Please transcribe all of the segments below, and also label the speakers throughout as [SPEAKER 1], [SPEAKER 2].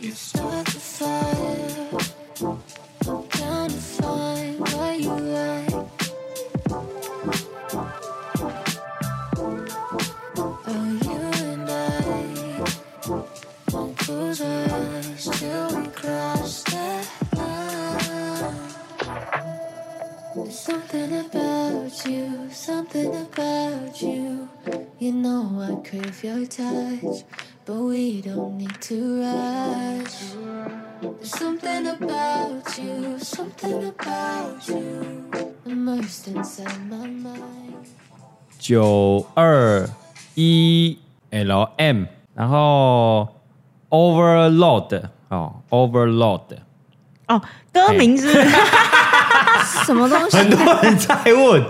[SPEAKER 1] You start the fire. Trying to find what you like. Oh, you and I. On cruise lines till we cross the line. There's something about you, something about you. You know I crave your touch, but we don't need to rush. There's something about you, something about you. Immersed inside my mind.
[SPEAKER 2] 九二一 LM，然后 Overload 哦，Overload，
[SPEAKER 3] 哦，歌名是
[SPEAKER 1] 什么东西？
[SPEAKER 2] 很多人在 问，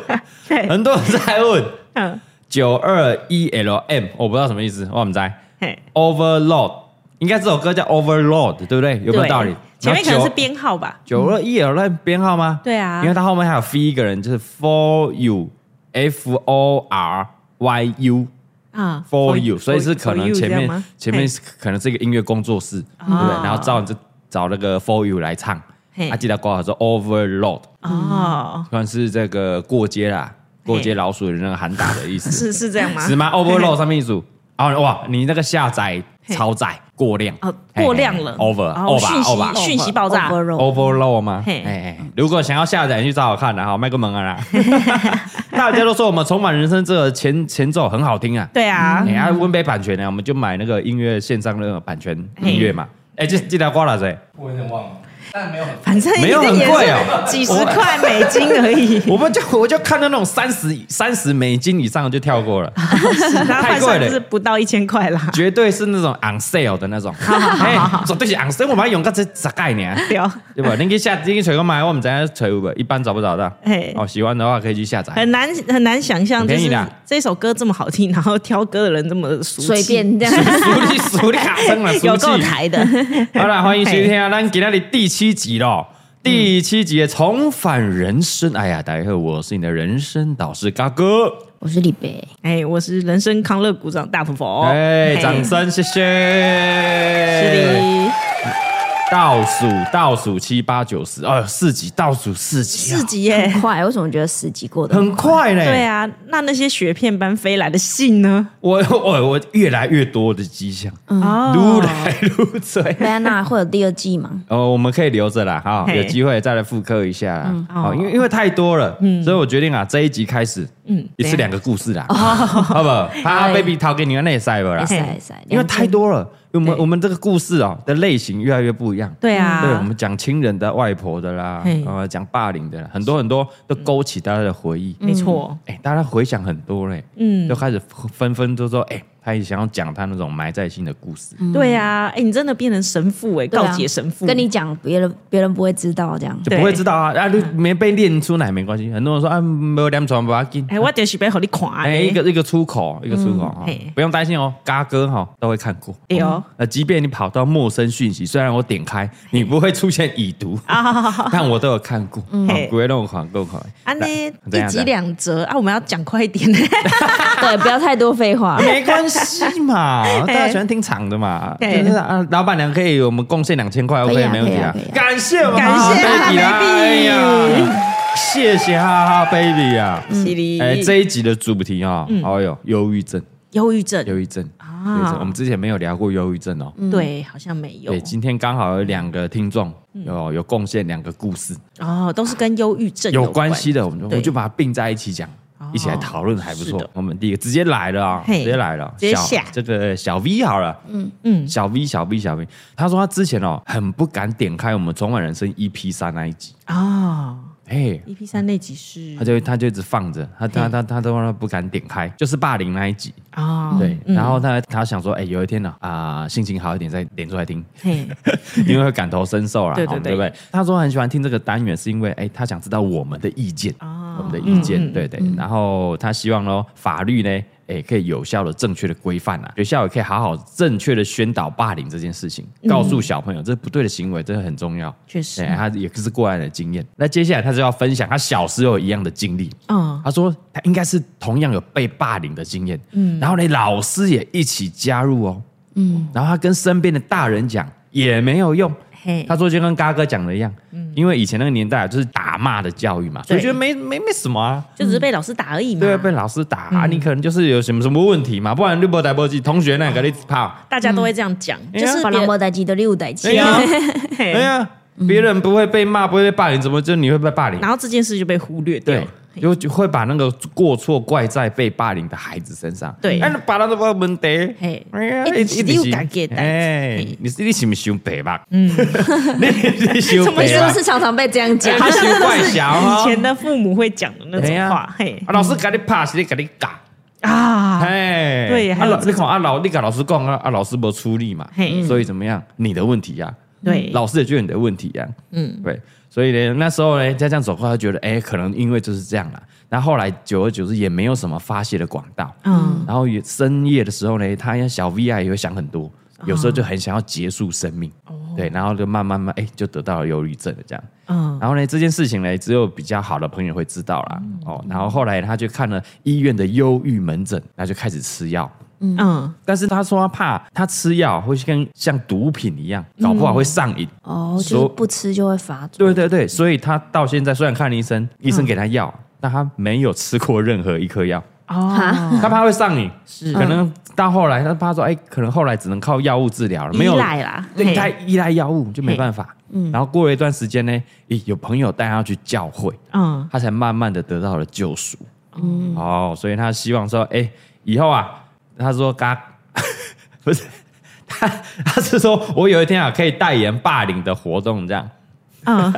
[SPEAKER 3] 对，
[SPEAKER 2] 很多人在问
[SPEAKER 3] 嗯，
[SPEAKER 2] 九二一 LM，我不知道什么意思，我们在
[SPEAKER 3] 嘿，
[SPEAKER 2] Overload，应该这首歌叫 Overload，对不对？有没有
[SPEAKER 3] 对
[SPEAKER 2] 道理？
[SPEAKER 3] 前面可能是
[SPEAKER 2] 编
[SPEAKER 3] 编号
[SPEAKER 4] 啊
[SPEAKER 3] 吧，
[SPEAKER 2] 九二一 LM 编号吗？
[SPEAKER 3] 对啊
[SPEAKER 2] 因为它后面还有 F 一个人，就是 For You F O R Y U。
[SPEAKER 3] 啊
[SPEAKER 2] for you，所以是可能前面前面
[SPEAKER 3] 是
[SPEAKER 2] 是可能是一个音乐工作室，
[SPEAKER 3] 啊
[SPEAKER 2] 对不对？然后照着找那个 for you 来唱，
[SPEAKER 3] 嘿
[SPEAKER 2] 啊，记得挂好说 overload，
[SPEAKER 3] 哦，
[SPEAKER 2] 算是这个过街啦，
[SPEAKER 3] 嘿
[SPEAKER 2] 过街老鼠的那个喊打的意思，
[SPEAKER 3] 是是这样吗？
[SPEAKER 2] 是吗？overload 上面一组。啊哇！你那个下载
[SPEAKER 3] 嘿
[SPEAKER 2] 超载过量
[SPEAKER 3] 哦，过量了
[SPEAKER 2] 嘿嘿，over
[SPEAKER 3] 哦
[SPEAKER 2] over
[SPEAKER 3] 讯
[SPEAKER 2] over
[SPEAKER 3] 息讯息爆炸，
[SPEAKER 2] overload 吗？
[SPEAKER 3] 嘿
[SPEAKER 2] 哎哎，如果想要下载，你去找我看的哈，卖个萌啊啦！大家都说我们重返人生这个前前奏很好听啊，
[SPEAKER 3] 对啊
[SPEAKER 2] 你，要温杯版权呢，我们就买那个音乐线上那个版权音乐嘛。哎，这这条瓜了谁？
[SPEAKER 5] 我有点忘了，但没有很
[SPEAKER 3] 反正
[SPEAKER 2] 没有很
[SPEAKER 3] 也是
[SPEAKER 2] 贵哦
[SPEAKER 3] 几十块美金 而已，
[SPEAKER 2] 我们就我就看到那种三十三十美金以上的就跳过 了，
[SPEAKER 3] 它换算就是不到一千 块啦。
[SPEAKER 2] 绝对是那种 on sale 的那种。哎，绝对是 on sale，我买用个这十概念，
[SPEAKER 3] 对，哦
[SPEAKER 2] 对吧？你去下，你去找个买，我们在找吧，一般找不找到
[SPEAKER 3] 嘿。
[SPEAKER 2] 哦，喜欢的话可以去下载。
[SPEAKER 3] 很难很难想象，
[SPEAKER 2] 很
[SPEAKER 3] 就
[SPEAKER 2] 便宜
[SPEAKER 3] 是
[SPEAKER 2] 啦
[SPEAKER 3] 这首歌这么好听，然后挑歌的人这么俗气
[SPEAKER 4] 随便这样，
[SPEAKER 2] 熟力熟力卡声 了，
[SPEAKER 3] 有
[SPEAKER 2] 熟
[SPEAKER 3] 够
[SPEAKER 2] 气。
[SPEAKER 3] 台的，
[SPEAKER 2] 好啦，欢迎收听啊，咱今天的第七集咯。
[SPEAKER 3] 嗯
[SPEAKER 2] 第七集的重返人生，哎呀，大家好，我是你的人生导师嘎哥，
[SPEAKER 4] 我是李贝，
[SPEAKER 3] 哎，我是人生康乐鼓掌大婆婆，
[SPEAKER 2] 哎，
[SPEAKER 3] 哦嘿
[SPEAKER 2] 掌声，谢谢。
[SPEAKER 3] 是
[SPEAKER 2] 是
[SPEAKER 3] 的，
[SPEAKER 2] 倒数倒数七八九十，哦，四集倒数四集啊，
[SPEAKER 3] 四级耶，
[SPEAKER 4] 快！为什么觉得十集过得
[SPEAKER 2] 很快嘞。
[SPEAKER 3] 对，啊，那那些雪片般飞来的信呢？
[SPEAKER 2] 我 我我越来越多的迹象，
[SPEAKER 4] 嗯
[SPEAKER 2] 撸
[SPEAKER 3] 哦，
[SPEAKER 2] 来撸嘴。
[SPEAKER 4] 贝安娜会有第二季吗？
[SPEAKER 2] 哦，我们可以留着啦，哈，
[SPEAKER 3] 嘿
[SPEAKER 2] 有机会再来复刻一下啦。
[SPEAKER 3] 哦
[SPEAKER 2] 哦，因为因为太多了，所以我决定啊，这一集开始，嗯，一次两个故事啦，好不好？哈
[SPEAKER 4] 哎
[SPEAKER 2] ，baby 掏给你那也塞吧啦
[SPEAKER 4] 哎，
[SPEAKER 3] 嘿
[SPEAKER 4] 塞塞，
[SPEAKER 2] 因为太
[SPEAKER 4] 两季
[SPEAKER 2] 多了，因为我们
[SPEAKER 3] 对
[SPEAKER 2] 我们这个故事哦的类型越来越不一样。
[SPEAKER 3] 对
[SPEAKER 2] 嗯对，我
[SPEAKER 3] 啊，
[SPEAKER 2] 们讲亲人的、外婆的啦
[SPEAKER 3] 嘿，
[SPEAKER 2] 呃，讲霸凌的啦，很多很多都勾起大家的回忆。
[SPEAKER 3] 没错，
[SPEAKER 2] 哎，大家回想很多嘞，嗯，都开始纷纷都说，哎，他也想要讲他那种埋在心的故事。
[SPEAKER 3] 对啊，哎，你真的变成神父哎，
[SPEAKER 4] 嗯对啊
[SPEAKER 3] 告解神父，
[SPEAKER 4] 跟你讲，别人别人不会知道这样。
[SPEAKER 2] 就不会知道啊，啊，你没被练出来没关系。很多人说啊，没有两床不要紧，
[SPEAKER 3] 哎，我就是要和你看
[SPEAKER 2] 哎，
[SPEAKER 3] 呢
[SPEAKER 2] 一个一个出口，一个出口哈
[SPEAKER 3] 嘿，
[SPEAKER 2] 不用担心哦，嘎哥哈都会看过。
[SPEAKER 3] 哎呦，
[SPEAKER 2] 呃，即便你跑到陌生讯息，虽然我点开，你不会出现已读，但我都有看过。
[SPEAKER 3] 嘿
[SPEAKER 2] 好，不会弄款够款。
[SPEAKER 3] 啊呢，
[SPEAKER 2] 怎
[SPEAKER 3] 一
[SPEAKER 2] 样。
[SPEAKER 3] 集两折啊，我们要讲快一点，
[SPEAKER 4] 对，不要太多废话
[SPEAKER 2] 啊没关系嘛，大家喜欢听长的嘛，就
[SPEAKER 3] 对
[SPEAKER 2] 是啊，老板娘可以我们贡献两千块
[SPEAKER 4] 可以
[SPEAKER 2] ，OK，
[SPEAKER 4] 啊
[SPEAKER 2] 没问题啊
[SPEAKER 4] 可以啊可以啊，
[SPEAKER 2] 感谢我们
[SPEAKER 3] 感谢
[SPEAKER 2] 哈哈 baby 啦，哎
[SPEAKER 3] 哈哈 baby
[SPEAKER 2] 呀，谢谢哈哈 baby 啊，
[SPEAKER 3] 犀利
[SPEAKER 2] 哎，这一集的主题啊，
[SPEAKER 3] 嗯
[SPEAKER 2] 哦哟，忧郁症，
[SPEAKER 3] 忧郁症
[SPEAKER 2] 忧郁症，忧郁症，我们之前没有聊过忧郁症哦。
[SPEAKER 4] 嗯
[SPEAKER 3] 对，好像没啊有嗯
[SPEAKER 2] 对，今天刚好有两个听众有有贡献两个故事，
[SPEAKER 3] 哦，都是跟忧郁症
[SPEAKER 2] 有
[SPEAKER 3] 关
[SPEAKER 2] 关系的，我们就我
[SPEAKER 3] 对
[SPEAKER 2] 们就把它并在一起讲，一起来讨论还不
[SPEAKER 3] 是
[SPEAKER 2] 错
[SPEAKER 3] 的。
[SPEAKER 2] 我们第一个直接来了啊，
[SPEAKER 3] 嘿
[SPEAKER 2] 直接来了，
[SPEAKER 3] 直接
[SPEAKER 2] 小
[SPEAKER 3] 下
[SPEAKER 2] 这个小 V 好了，嗯
[SPEAKER 3] 嗯
[SPEAKER 2] 嗯，小 V 小 V 小 V，他说他之前哦很不敢点开我们《重返人生》EP 三那一集，
[SPEAKER 3] 哦，
[SPEAKER 2] 嘿，
[SPEAKER 3] EP 三那集是
[SPEAKER 2] 他就他就一直放着，他他
[SPEAKER 3] 嘿
[SPEAKER 2] 他他都让他不敢点开，就是霸凌那一集。
[SPEAKER 3] 啊，
[SPEAKER 2] 对，
[SPEAKER 3] 嗯
[SPEAKER 2] 然后他他想说，哎，有一天呢，啊，心情好一点再点出来听，
[SPEAKER 3] 嘿，
[SPEAKER 2] 因为会感同身受啦，
[SPEAKER 3] 对
[SPEAKER 2] 哦
[SPEAKER 3] 对对
[SPEAKER 2] 不对？他说很喜欢听这个单元，是因为哎，他想知道我们的意见，
[SPEAKER 3] 哦
[SPEAKER 2] 我们的意见，
[SPEAKER 3] 嗯嗯
[SPEAKER 2] 对对。然后他希望呢，法律呢，哎，可以有效的、正确的规范啊，学校也可以好好正确的宣导霸凌这件事情，
[SPEAKER 3] 嗯
[SPEAKER 2] 告诉小朋友这不对的行为，这很重要。
[SPEAKER 3] 确实
[SPEAKER 2] 对，他也是过来人的经验。那接下来他就要分享他小时候一样的经历。
[SPEAKER 3] 嗯，
[SPEAKER 2] 他说他应该是同样有被霸凌的经验，嗯，然后呢，老师也一起加入哦，嗯，然后他跟身边的大人讲也没有用，
[SPEAKER 3] 嘿
[SPEAKER 2] 他，说就跟嘎哥讲的一样，因为以前那个年代啊就是打骂的教育嘛，所以觉得没没没什么啊。
[SPEAKER 3] 就只是被老师打而已嘛，
[SPEAKER 2] 对，被老师打、啊，你可能就是有什么什么问题嘛，不然你波台波记同学那个你跑，
[SPEAKER 3] 大家都会这样讲，
[SPEAKER 2] 哎
[SPEAKER 3] 就
[SPEAKER 2] 呀
[SPEAKER 3] 是
[SPEAKER 4] 把
[SPEAKER 3] 别
[SPEAKER 4] 狼博代记的六代
[SPEAKER 2] 哎
[SPEAKER 4] 记，
[SPEAKER 2] 呀，
[SPEAKER 3] 嘿
[SPEAKER 2] 哎呀，别人不会被骂，不会被霸凌，怎么就你会被霸凌？
[SPEAKER 3] 然后这件事就被忽略掉
[SPEAKER 2] 对，，就就会把那个过错怪在被霸凌的孩子身上。
[SPEAKER 3] 对
[SPEAKER 2] 哎，你把那个问题，
[SPEAKER 3] 嘿
[SPEAKER 2] 哎呀，
[SPEAKER 3] 一直
[SPEAKER 2] 直
[SPEAKER 3] 有
[SPEAKER 2] 是
[SPEAKER 3] 感觉的
[SPEAKER 2] 哎
[SPEAKER 3] 嘿，
[SPEAKER 2] 你是你是不是想白吧？嗯，你 你想
[SPEAKER 4] 你
[SPEAKER 2] 白
[SPEAKER 4] 是不
[SPEAKER 2] 吧？
[SPEAKER 4] 是常常被这样讲？
[SPEAKER 2] 好像怪小
[SPEAKER 3] 以
[SPEAKER 2] 哦
[SPEAKER 3] 前的父母会讲的那
[SPEAKER 2] 哎呀
[SPEAKER 3] 种话，嘿
[SPEAKER 2] 啊，老师给你怕是你给你打，
[SPEAKER 3] 啊，
[SPEAKER 2] 哎，
[SPEAKER 3] 对还
[SPEAKER 2] 啊
[SPEAKER 3] 有
[SPEAKER 2] 老
[SPEAKER 3] 这
[SPEAKER 2] 你看啊老你跟老师讲啊啊老师没出力嘛
[SPEAKER 3] 嘿，
[SPEAKER 2] 所以怎么样？你的问题呀，
[SPEAKER 3] 对，
[SPEAKER 2] 老师也觉得你的问题呀，嗯，对，所以呢，那时候呢，再这样走过来，他觉得哎，可能因为就是这样啦。那后来久而久之也没有什么发泄的管道，
[SPEAKER 3] 嗯，
[SPEAKER 2] 然后也深夜的时候呢，他小 VI 也会想很多，有时候就很想要结束生命，对，然后就慢慢慢哎、就得到了忧郁症了这样。
[SPEAKER 3] 嗯
[SPEAKER 2] 然后呢，这件事情呢，只有比较好的朋友会知道啦。哦，然后后来他就看了医院的忧郁门诊，然后就开始吃药。
[SPEAKER 3] 嗯，
[SPEAKER 2] 但是他说他怕他吃药会跟像毒品一样，搞不好会上瘾。
[SPEAKER 4] 哦，就
[SPEAKER 2] 说
[SPEAKER 4] 是不吃就会发作。
[SPEAKER 2] 对对对，所以他到现在虽然看了医生，医生给他药，但他没有吃过任何一颗药。
[SPEAKER 3] 哦，
[SPEAKER 2] 他怕会上瘾，是可能到后来，他怕说，哎、可能后来只能靠药物治疗了，没有
[SPEAKER 3] 依赖啦，
[SPEAKER 2] 对，
[SPEAKER 3] 嘿
[SPEAKER 2] 太依赖药物就没办法。嗯，然后过了一段时间呢，诶有朋友带他去教会，
[SPEAKER 3] 嗯，
[SPEAKER 2] 他才慢慢的得到了救赎。哦，所以他希望说，哎、以后啊，他说嘎， 不是他，他是说我有一天啊，可以代言霸凌的活动这样。
[SPEAKER 3] 嗯，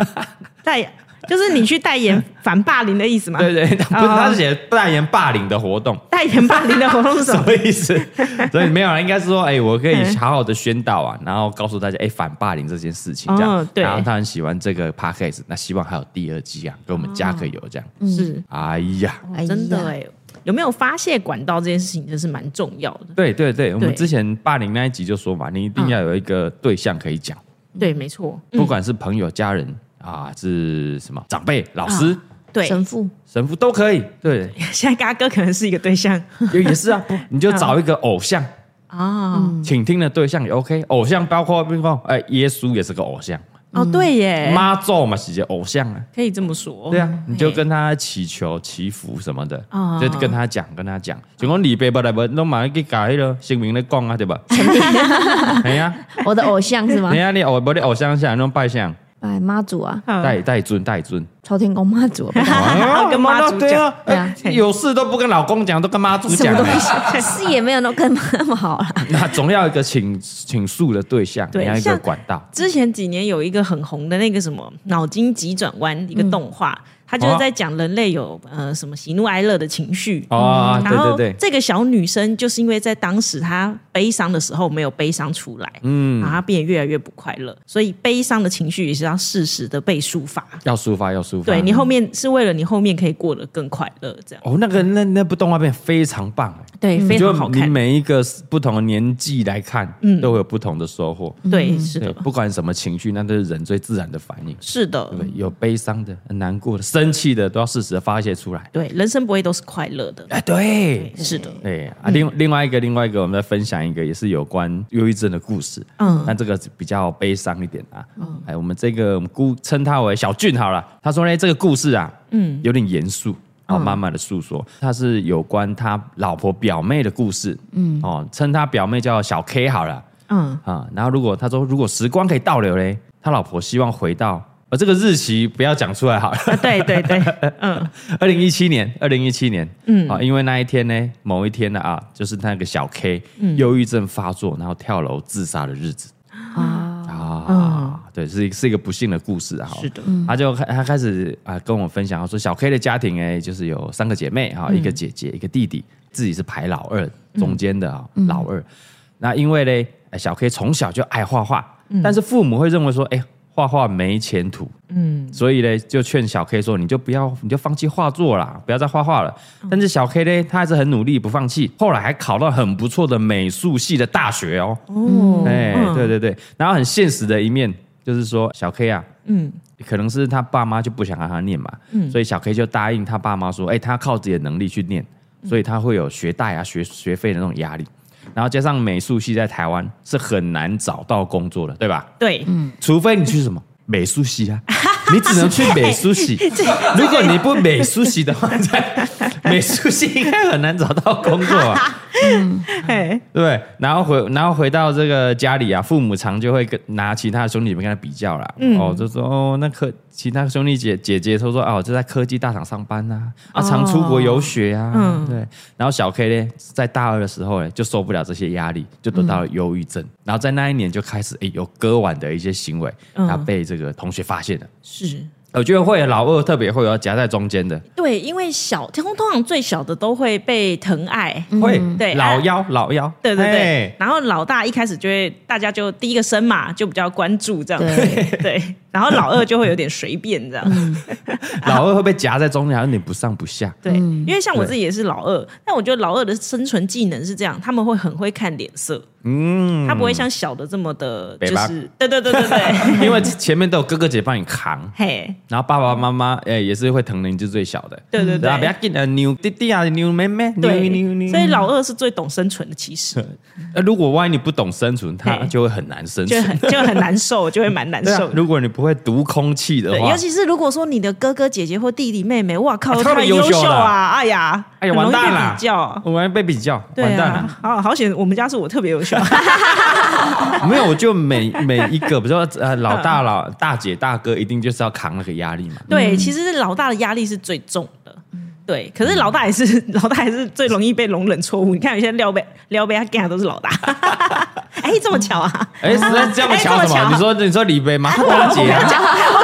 [SPEAKER 3] 代就是你去代言反霸凌的意思吗？
[SPEAKER 2] 对对，不是，
[SPEAKER 3] 哦
[SPEAKER 2] 他是写代言霸凌的活动。
[SPEAKER 3] 代言霸凌的活动是什
[SPEAKER 2] 什
[SPEAKER 3] 么？
[SPEAKER 2] 么意思？ 所以没有啦，应该是说，哎、我可以
[SPEAKER 3] 嗯
[SPEAKER 2] 好好的宣导啊，然后告诉大家，哎、反霸凌这件事情
[SPEAKER 3] 哦
[SPEAKER 2] 这样。
[SPEAKER 3] 对
[SPEAKER 2] 然后他很喜欢这个 podcast，那希望还有第二季啊，跟我们家可以有这样。
[SPEAKER 3] 嗯是
[SPEAKER 2] 哎呀，
[SPEAKER 4] 哎呀
[SPEAKER 3] 真的哎，有没有发泄管道这件事情，真是蛮重要的。
[SPEAKER 2] 对对对，我
[SPEAKER 3] 对
[SPEAKER 2] 们之前霸凌那一集就说嘛，你一定要有一个对象可以讲，
[SPEAKER 3] 对，没错，
[SPEAKER 2] 不管是朋友、家人啊，是什么长辈、老
[SPEAKER 3] 啊
[SPEAKER 2] 师、
[SPEAKER 3] 对，
[SPEAKER 4] 神父
[SPEAKER 2] 神父都可以。 对，
[SPEAKER 3] 现在嘎哥可能是一个对象
[SPEAKER 2] 也也是啊，你就找一个偶像。
[SPEAKER 3] 哦
[SPEAKER 2] 倾听的对象也 OK，偶像包括包括哎，耶稣也是个偶像，
[SPEAKER 3] 哦，对耶，
[SPEAKER 2] 嗯妈祖嘛是一个偶像啊，
[SPEAKER 3] 可以这么说，
[SPEAKER 2] 对啊，你就
[SPEAKER 3] 嘿
[SPEAKER 2] 跟他祈求、祈福什么的
[SPEAKER 3] 哦，
[SPEAKER 2] 就跟他讲，跟他讲，就讲李白不来不，弄马上去改迄个姓名来讲啊，对 吧？哎呀，
[SPEAKER 4] 我的偶像是吗
[SPEAKER 2] 哎？呀，你偶不你偶像下弄拜相，
[SPEAKER 4] 哎，妈祖啊，
[SPEAKER 3] 嗯
[SPEAKER 2] 带带尊带 尊，
[SPEAKER 4] 朝天宫妈祖啊，
[SPEAKER 2] 啊
[SPEAKER 3] 哦跟妈祖讲
[SPEAKER 2] 对啊，
[SPEAKER 4] 对啊
[SPEAKER 2] 哎有事都不跟老公讲，都跟妈祖
[SPEAKER 4] 什
[SPEAKER 2] 讲
[SPEAKER 4] 么东
[SPEAKER 2] 啊，
[SPEAKER 4] 西？是也没有那跟那么好 啦。
[SPEAKER 2] 那总要一个倾倾诉的对象，
[SPEAKER 3] 对
[SPEAKER 2] 你要一个
[SPEAKER 3] 像
[SPEAKER 2] 管道，
[SPEAKER 3] 之前几年有一个很红的那个什么脑筋急转弯一个
[SPEAKER 2] 嗯
[SPEAKER 3] 动画，它就是在讲人类有呃什么喜怒哀乐的情绪。
[SPEAKER 2] 哦，对
[SPEAKER 3] 嗯然后
[SPEAKER 2] 对对，
[SPEAKER 3] 这个小女生就是因为在当时她悲伤的时候没有悲伤出来，嗯，然后她变得越来越不快乐，所以悲伤的情绪也是要适时的被抒发。
[SPEAKER 2] 要抒发要抒发，
[SPEAKER 3] 对你后面是为了你后面可以过得更快乐，这样
[SPEAKER 2] 哦，那个那那部动画片非常棒，哎
[SPEAKER 3] 对
[SPEAKER 4] 嗯
[SPEAKER 3] 非
[SPEAKER 2] 就
[SPEAKER 3] 常好
[SPEAKER 2] 你
[SPEAKER 3] 看。
[SPEAKER 2] 每一个不同的年纪来看，
[SPEAKER 3] 嗯
[SPEAKER 2] 都会有不同的收获。
[SPEAKER 3] 对，是
[SPEAKER 2] 嗯对，
[SPEAKER 3] 的，
[SPEAKER 2] 不管什么情绪，那都是人最自然的反应。
[SPEAKER 3] 是的，
[SPEAKER 2] 对，有悲伤的、难过的、生气的，都要适时的发泄出来。
[SPEAKER 3] 对，人生不会都是快乐的，
[SPEAKER 2] 哎，对，
[SPEAKER 3] 是的，
[SPEAKER 2] 对啊。另另外一个，另外一个，我们再分享一个也是有关忧郁症的故事。
[SPEAKER 3] 嗯
[SPEAKER 2] 那这个比较悲伤一点啊。哎，我们这个我们姑称他为小俊好了。他说呢，这个故事啊，嗯，有点严肃。哦，慢慢的诉说，他是有关他老婆表妹的故事。嗯，哦，称他表妹叫小 K 好了。
[SPEAKER 3] 嗯，
[SPEAKER 2] 啊、然后如果他说如果时光可以倒流嘞，他老婆希望回到呃这个日期不要讲出来好了，
[SPEAKER 3] 啊，对对对，嗯，
[SPEAKER 2] 二零一七年，二零一七年，嗯啊、因为那一天呢，某一天呢啊，嗯就是那个小 K 忧郁症发作，然后跳楼自杀的日子啊、啊，对，是一是一个不幸的故事啊。
[SPEAKER 3] 是的，
[SPEAKER 2] 他就开他开始啊跟我分享，他说小 K 的家庭哎，就是有三个姐妹啊，一个姐姐，一个弟弟，自己是排老二中间的啊，老二。那因为嘞，哎小 K 从小就爱画画，但是父母会认为说，哎，画画没前途，嗯，所以嘞就劝小 K 说，你就不要，你就放弃画作啦，不要再画画了。但是小 K 嘞，他还是很努力，不放弃，后来还考到很不错的美术系的大学哦。
[SPEAKER 3] 哦
[SPEAKER 2] 哎、对对对，然后很现实的一面就是说，小 K 啊，嗯，可能是他爸妈就不想让他念嘛，所以小 K 就答应他爸妈说，哎、他靠自己的能力去念，所以他会有学贷啊、学学费的那种压力，然后加上美术系在台湾是很难找到工作的，对吧？
[SPEAKER 3] 对，
[SPEAKER 2] 除非你去什么美术系啊，你只能去美术系。如果你不美术系的话，在美术系应该很难找到工作啊。嗯，对。然后回，然后回到这个家里啊，父母常就会跟拿其他的兄弟姐妹跟他比较啦。
[SPEAKER 3] 嗯
[SPEAKER 2] 哦，就说哦，那科其他兄弟姐姐姐都说哦，就在科技大厂上班呐、啊，
[SPEAKER 3] 哦
[SPEAKER 2] 啊，常出国游学啊。
[SPEAKER 3] 嗯
[SPEAKER 2] 对。然后小 K 呢，在大二的时候呢，就受不了这些压力，就得到了忧郁
[SPEAKER 3] 嗯
[SPEAKER 2] 症。然后在那一年就开始哎有割腕的一些行为，
[SPEAKER 3] 嗯
[SPEAKER 2] 他被这个同学发现了。
[SPEAKER 3] 是。
[SPEAKER 2] 我觉得会老二特别会有夹在中间的，
[SPEAKER 3] 对，因为小通通常最小的都会被疼爱，
[SPEAKER 2] 会
[SPEAKER 3] 嗯对
[SPEAKER 2] 老幺老幺，
[SPEAKER 3] 对对对
[SPEAKER 2] 哎。，
[SPEAKER 3] 然后老大一开始就会大家就第一个生嘛，就比较关注这样，对。然后老二就会有点随便这样，
[SPEAKER 2] 嗯老二会被夹在中间，好像有点不上不下。
[SPEAKER 3] 对。因为像我自己也是老二，但我觉得老二的生存技能是这样，他们会很会看脸色，
[SPEAKER 2] 嗯，
[SPEAKER 3] 他不会像小的这么的，
[SPEAKER 2] 北
[SPEAKER 3] 就
[SPEAKER 2] 吧
[SPEAKER 3] 是对对对对 对，
[SPEAKER 2] 因为前面都有哥哥姐帮你扛，
[SPEAKER 3] 嘿，
[SPEAKER 2] 然后爸爸妈妈哎也是会疼你，就是最小的。
[SPEAKER 3] 对对对
[SPEAKER 2] 啊，不要紧啊，牛弟弟啊，牛妹妹， 牛牛
[SPEAKER 3] 对。
[SPEAKER 2] 牛。
[SPEAKER 3] 所以老二是最懂生存的，其实
[SPEAKER 2] 呃，如果万一你不懂生存，他
[SPEAKER 3] 嘿
[SPEAKER 2] 就会很难生
[SPEAKER 3] 就
[SPEAKER 2] 存
[SPEAKER 3] 很。就很难受，就会蛮难
[SPEAKER 2] 对啊
[SPEAKER 3] 受，的。
[SPEAKER 2] 如果你不会读空气的
[SPEAKER 3] 对，
[SPEAKER 2] 话
[SPEAKER 3] 尤，其是如果说你的哥哥姐姐或弟弟妹妹，哇靠，
[SPEAKER 2] 啊他们
[SPEAKER 3] 们
[SPEAKER 2] 优
[SPEAKER 3] 优
[SPEAKER 2] 秀
[SPEAKER 3] 秀
[SPEAKER 2] 了
[SPEAKER 3] 啊！哎呀，
[SPEAKER 2] 哎呀，
[SPEAKER 3] 很容
[SPEAKER 2] 完
[SPEAKER 3] 易被
[SPEAKER 2] 蛋了，
[SPEAKER 3] 比较，
[SPEAKER 2] 我还被比较，
[SPEAKER 3] 对
[SPEAKER 2] 完蛋了
[SPEAKER 3] 啊。，好好险，我们家是我特别 优秀，
[SPEAKER 2] 没有，我就每每一个，比如说呃，老大老大姐大哥，一定就是要扛那个压力嘛。
[SPEAKER 3] 对，其实老大的压力是最重的。
[SPEAKER 2] 嗯
[SPEAKER 3] 对，可是老大也是、 老大，也是最容易被容忍错误。你看有些撩被撩被他干的都是老大， 哎，这么巧啊！
[SPEAKER 2] 哎，那这么巧
[SPEAKER 3] 哎
[SPEAKER 2] 什
[SPEAKER 3] 这么
[SPEAKER 2] 么？
[SPEAKER 3] 巧
[SPEAKER 2] 你说你说李贝吗？大姐啊，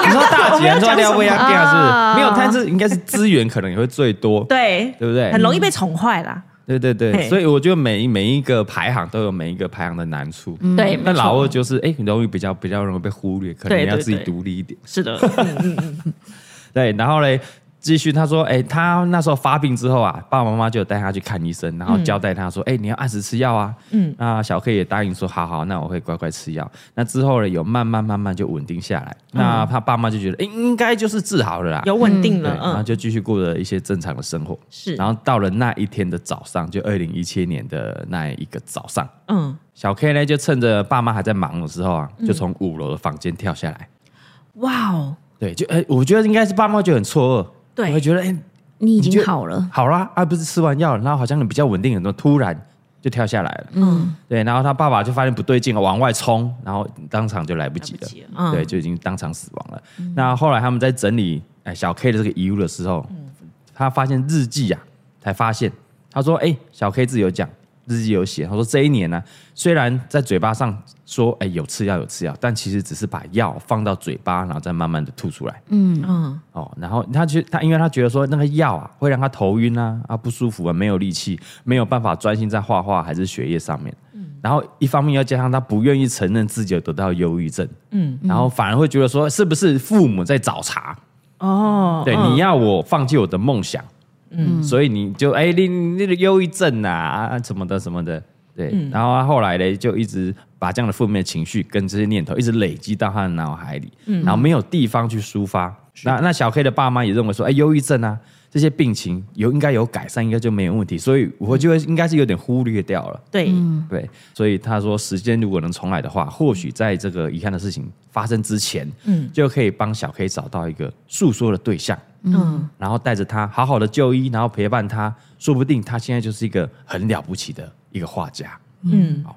[SPEAKER 2] 你说大姐啊，你说廖薇亚干是
[SPEAKER 4] 啊
[SPEAKER 2] 不是？没有，但是应该是资源可能也会最多，
[SPEAKER 3] 对，
[SPEAKER 2] 对不对
[SPEAKER 3] 很？容易被宠坏啦。
[SPEAKER 2] 对对对，
[SPEAKER 3] 嘿
[SPEAKER 2] 所以我觉得每一每一个排行都有每一个排行的难处。
[SPEAKER 3] 嗯
[SPEAKER 4] 对
[SPEAKER 2] 那
[SPEAKER 4] 没错
[SPEAKER 2] 老二就是哎，容易比较比较容易被忽略，可能
[SPEAKER 3] 对
[SPEAKER 2] 要
[SPEAKER 3] 对
[SPEAKER 2] 自己
[SPEAKER 3] 对
[SPEAKER 2] 独立一点。
[SPEAKER 3] 是的，嗯嗯嗯，
[SPEAKER 2] 对，然后嘞，继续他说，哎、他那时候发病之后啊，爸爸妈妈就有带他去看医生，然后交代他说，
[SPEAKER 3] 嗯
[SPEAKER 2] 哎、你要按时吃药啊。嗯，那小 K 也答应说，好好，那我会乖乖吃药。那之后呢，有慢慢慢慢就稳定下来。那他爸妈就觉得，哎、应该就是治好了啦。
[SPEAKER 3] 嗯有稳定
[SPEAKER 2] 对，
[SPEAKER 3] 了，
[SPEAKER 2] 然后
[SPEAKER 3] 嗯，
[SPEAKER 2] 就继续过了一些正常的生活。
[SPEAKER 3] 是
[SPEAKER 2] 然后到了那一天的早上，就二零一七年的那一个早上，
[SPEAKER 3] 嗯，
[SPEAKER 2] 小 K 呢就趁着爸妈还在忙的时候啊，就从五楼的房间跳下来。
[SPEAKER 3] 哇哦，
[SPEAKER 2] 对，就哎、我觉得应该是爸妈就很错愕，
[SPEAKER 3] 对
[SPEAKER 2] 会觉得哎、
[SPEAKER 4] 你
[SPEAKER 2] 你
[SPEAKER 4] 已
[SPEAKER 2] 就
[SPEAKER 4] 经好了，
[SPEAKER 2] 好啦，啊，不是吃完药了，然后好像你比较稳定很多，突然就跳下来了，嗯，对，然后他爸爸就发现不对劲了，往外冲，然后当场就来不及了，
[SPEAKER 3] 来不及了嗯
[SPEAKER 2] 对，就已经当场死亡了。那后来他们在整理哎小 K 的这个遗物的时候，他发现日记呀、才发现他说，哎、小 K 自己有讲。日记有写，他说这一年呢、虽然在嘴巴上说哎、有吃药有吃药，但其实只是把药放到嘴巴，然后再慢慢的吐出来。
[SPEAKER 3] 嗯，
[SPEAKER 2] 哦，然后他觉他，因为他觉得说那个药啊会让他头晕啊啊不舒服啊，没有力气，没有办法专心在画画还是学业上面。然后一方面要加上他不愿意承认自己有得到忧郁症，嗯，然后反而会觉得说是不是父母在找茬？
[SPEAKER 3] 哦，
[SPEAKER 2] 对，
[SPEAKER 3] 嗯
[SPEAKER 2] 你要我放弃我的梦想，嗯，所以你就哎、你你那个忧郁症啊啊什么的什么的，对，然后他后来呢就一直把这样的负面情绪跟这些念头一直累积到他的脑海里，然后没有地方去抒发。那那小 K 的爸妈也认为说，哎、忧郁症啊这些病情有应该有改善，应该就没有问题，所以我就会应该是有点忽略掉了。
[SPEAKER 3] 对，
[SPEAKER 2] 对，所以他说，时间如果能重来的话，或许在这个遗憾的事情发生之前，嗯，就可以帮小 K 找到一个诉说的对象，嗯，然后带着他好好的就医，然后陪伴他，说不定他现在就是一个很了不起的一个画家。
[SPEAKER 3] 嗯，
[SPEAKER 2] 好，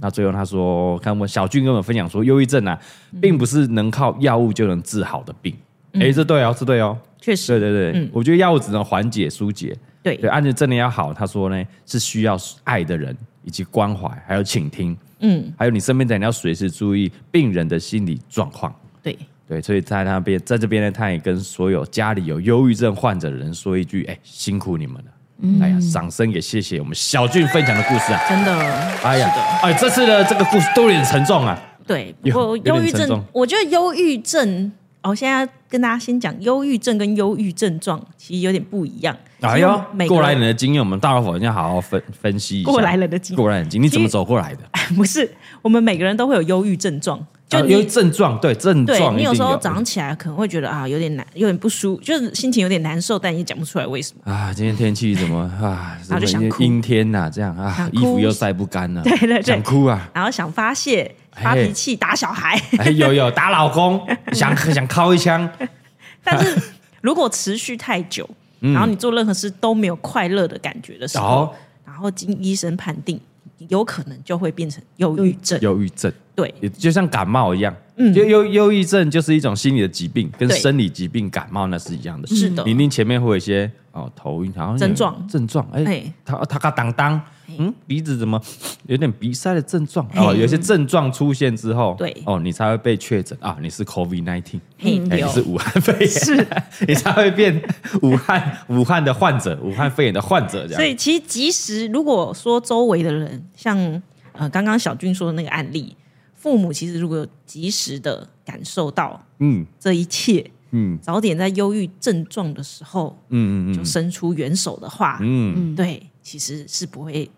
[SPEAKER 2] 那最后他说，看我小俊跟我分享说，忧郁症啊，
[SPEAKER 3] 嗯
[SPEAKER 2] 并不是能靠药物就能治好的病。哎、这对哦，这对哦，
[SPEAKER 3] 确
[SPEAKER 2] 对
[SPEAKER 3] 实，
[SPEAKER 2] 对对，
[SPEAKER 3] 嗯
[SPEAKER 2] 我觉得药物只能缓解疏解，
[SPEAKER 3] 对
[SPEAKER 2] 对，案子真的要好，他说呢是需要爱的人以及关怀，还有倾听，
[SPEAKER 3] 嗯，
[SPEAKER 2] 还有你身边的人要随时注意病人的心理状况。
[SPEAKER 3] 对，
[SPEAKER 2] 对，所以在那边，在这边呢，他也跟所有家里有忧郁症患者的人说一句：“哎、辛苦你们了！”
[SPEAKER 3] 嗯
[SPEAKER 2] 哎呀，掌声也谢谢我们小俊分享的故事啊！
[SPEAKER 3] 真的，
[SPEAKER 2] 哎呀，哎，这次的这个故事都有点沉重啊。
[SPEAKER 3] 对，
[SPEAKER 2] 有
[SPEAKER 3] 我
[SPEAKER 2] 有点
[SPEAKER 3] 忧郁
[SPEAKER 2] 沉重
[SPEAKER 3] 症，我觉得忧郁症，哦，现在跟大家先讲，忧郁症跟忧郁症状其实有点不一样。
[SPEAKER 2] 哎
[SPEAKER 3] 因为
[SPEAKER 2] 呦，
[SPEAKER 3] 每个
[SPEAKER 2] 过来人的经验，我们大老伙要好好分分析一下。
[SPEAKER 3] 过来人的经验
[SPEAKER 2] 过来人的经验，你怎么走过来的？
[SPEAKER 3] 不是，我们每个人都会有忧郁症状，就
[SPEAKER 2] 啊
[SPEAKER 3] 你、
[SPEAKER 2] 因为症状，对症
[SPEAKER 3] 对
[SPEAKER 2] 状一定，
[SPEAKER 3] 你有时候早上起来可能会觉得啊有点难，有点不舒服，就是心情有点难受，但也讲不出来为什么。
[SPEAKER 2] 啊，今天天气怎么啊？
[SPEAKER 3] 然后就
[SPEAKER 2] 怎么
[SPEAKER 3] 想哭
[SPEAKER 2] 阴天呐、这样啊
[SPEAKER 3] 想，哭
[SPEAKER 2] 衣服又晒不干了、
[SPEAKER 3] 对对对
[SPEAKER 2] 想哭啊！
[SPEAKER 3] 然后想发泄、发
[SPEAKER 2] 嘿
[SPEAKER 3] 脾气、打小孩，
[SPEAKER 2] 哎，有有打老 公，想想敲一枪，
[SPEAKER 3] 但是如果持续太久，然后你做任何事都没有快乐的感觉的时候，
[SPEAKER 2] 嗯哦
[SPEAKER 3] 然后经医生判定，有可能就会变成忧郁症。
[SPEAKER 2] 忧郁症，
[SPEAKER 3] 对嗯
[SPEAKER 2] 也就像感冒一样，就忧忧郁症就是一种心理的疾病，跟
[SPEAKER 3] 对
[SPEAKER 2] 生理疾病感冒那是一样的。
[SPEAKER 3] 是的
[SPEAKER 2] 你一定前面会有一些哦头晕，好像有
[SPEAKER 3] 症状
[SPEAKER 2] 症状，哎
[SPEAKER 3] 哎，
[SPEAKER 2] 他他嘎当当，嗯，鼻子怎么有点鼻塞的症状？哦，有一些症状出现之后，
[SPEAKER 3] 对
[SPEAKER 2] 哦，你才会被确诊啊，你是 COVID nineteen。
[SPEAKER 3] 嘿，
[SPEAKER 2] 哎，你
[SPEAKER 3] 有
[SPEAKER 2] 是武汉肺炎，是， 你才会变武汉武汉的患者，武汉肺炎的患者这样。
[SPEAKER 3] 所以其实即使如果说周围的人，像呃刚刚小军说的那个案例，父母其实如果有及时的感受到
[SPEAKER 2] 嗯
[SPEAKER 3] 这一切，
[SPEAKER 2] 嗯
[SPEAKER 3] 早点在忧郁症状的时候
[SPEAKER 2] 嗯嗯
[SPEAKER 3] 就伸出援手的话，
[SPEAKER 2] 嗯嗯，
[SPEAKER 3] 对，其实是不会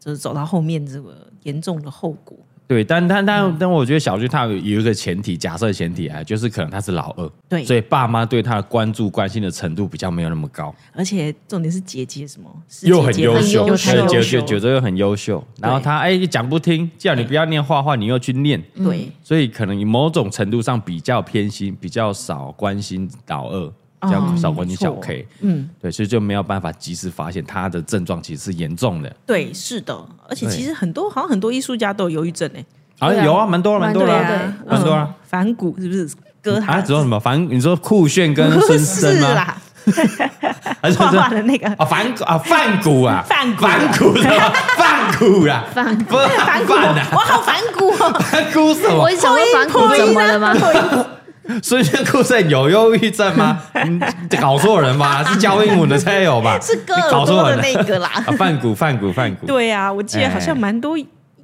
[SPEAKER 3] 就是走到后面这个严重的后果。
[SPEAKER 2] 对，但但但但我觉得小军他有有一个前提，假设前提啊，就是可能他是老二，
[SPEAKER 3] 对
[SPEAKER 2] 所以爸妈对他的关注关心的程度比较没有那么高，
[SPEAKER 3] 而且重点是姐姐什么，是
[SPEAKER 2] 又很
[SPEAKER 3] 姐姐
[SPEAKER 2] 优秀，
[SPEAKER 4] 优
[SPEAKER 2] 对
[SPEAKER 4] 秀
[SPEAKER 2] 觉觉觉得又很优秀，然后他哎讲不听，叫你不要念画画，你又去念，
[SPEAKER 4] 嗯
[SPEAKER 3] 对，
[SPEAKER 2] 所以可能某种程度上比较偏心，比较少关心老二，比较少关心小 K，、
[SPEAKER 3] 嗯，
[SPEAKER 2] 对，所以就没有办法及时发现他的症状其实是严重的。
[SPEAKER 3] 对，啊是的，而且
[SPEAKER 2] 对
[SPEAKER 3] 其实很多好像很多艺术家都有忧郁症诶、
[SPEAKER 2] 啊，
[SPEAKER 4] 对啊
[SPEAKER 2] 有啊，蛮多了，蛮多
[SPEAKER 4] 对
[SPEAKER 2] 了，
[SPEAKER 4] 啊
[SPEAKER 2] 蛮多了
[SPEAKER 3] 嗯。反骨是不是？歌坛
[SPEAKER 2] 啊，只有什么？反正你说酷炫跟
[SPEAKER 3] 不
[SPEAKER 2] 孙
[SPEAKER 3] 是啊
[SPEAKER 2] 生吗？
[SPEAKER 3] 啦，
[SPEAKER 2] 还是
[SPEAKER 3] 画画
[SPEAKER 2] 这
[SPEAKER 3] 的 那个
[SPEAKER 2] 啊，反骨啊，反骨啊，
[SPEAKER 3] 反骨
[SPEAKER 2] 反骨是 吧？反骨啊，
[SPEAKER 4] 反
[SPEAKER 2] 不是
[SPEAKER 3] 反骨，
[SPEAKER 2] 反啊，
[SPEAKER 3] 我好反骨哦。
[SPEAKER 2] 反骨什么
[SPEAKER 4] 我一？直想说 反骨怎么了吗？
[SPEAKER 2] 孙炫酷炫有忧郁症 吗？嗯，搞错人吧？是教英文的才有吧？
[SPEAKER 3] 是戈
[SPEAKER 2] 你
[SPEAKER 3] 尔
[SPEAKER 2] 搞
[SPEAKER 3] 多
[SPEAKER 2] 错
[SPEAKER 3] 的
[SPEAKER 2] 人
[SPEAKER 3] 那
[SPEAKER 2] 了。哎
[SPEAKER 3] 个啦。
[SPEAKER 2] 啊，反骨，反骨，反骨，
[SPEAKER 3] 对啊，我记得好像蛮多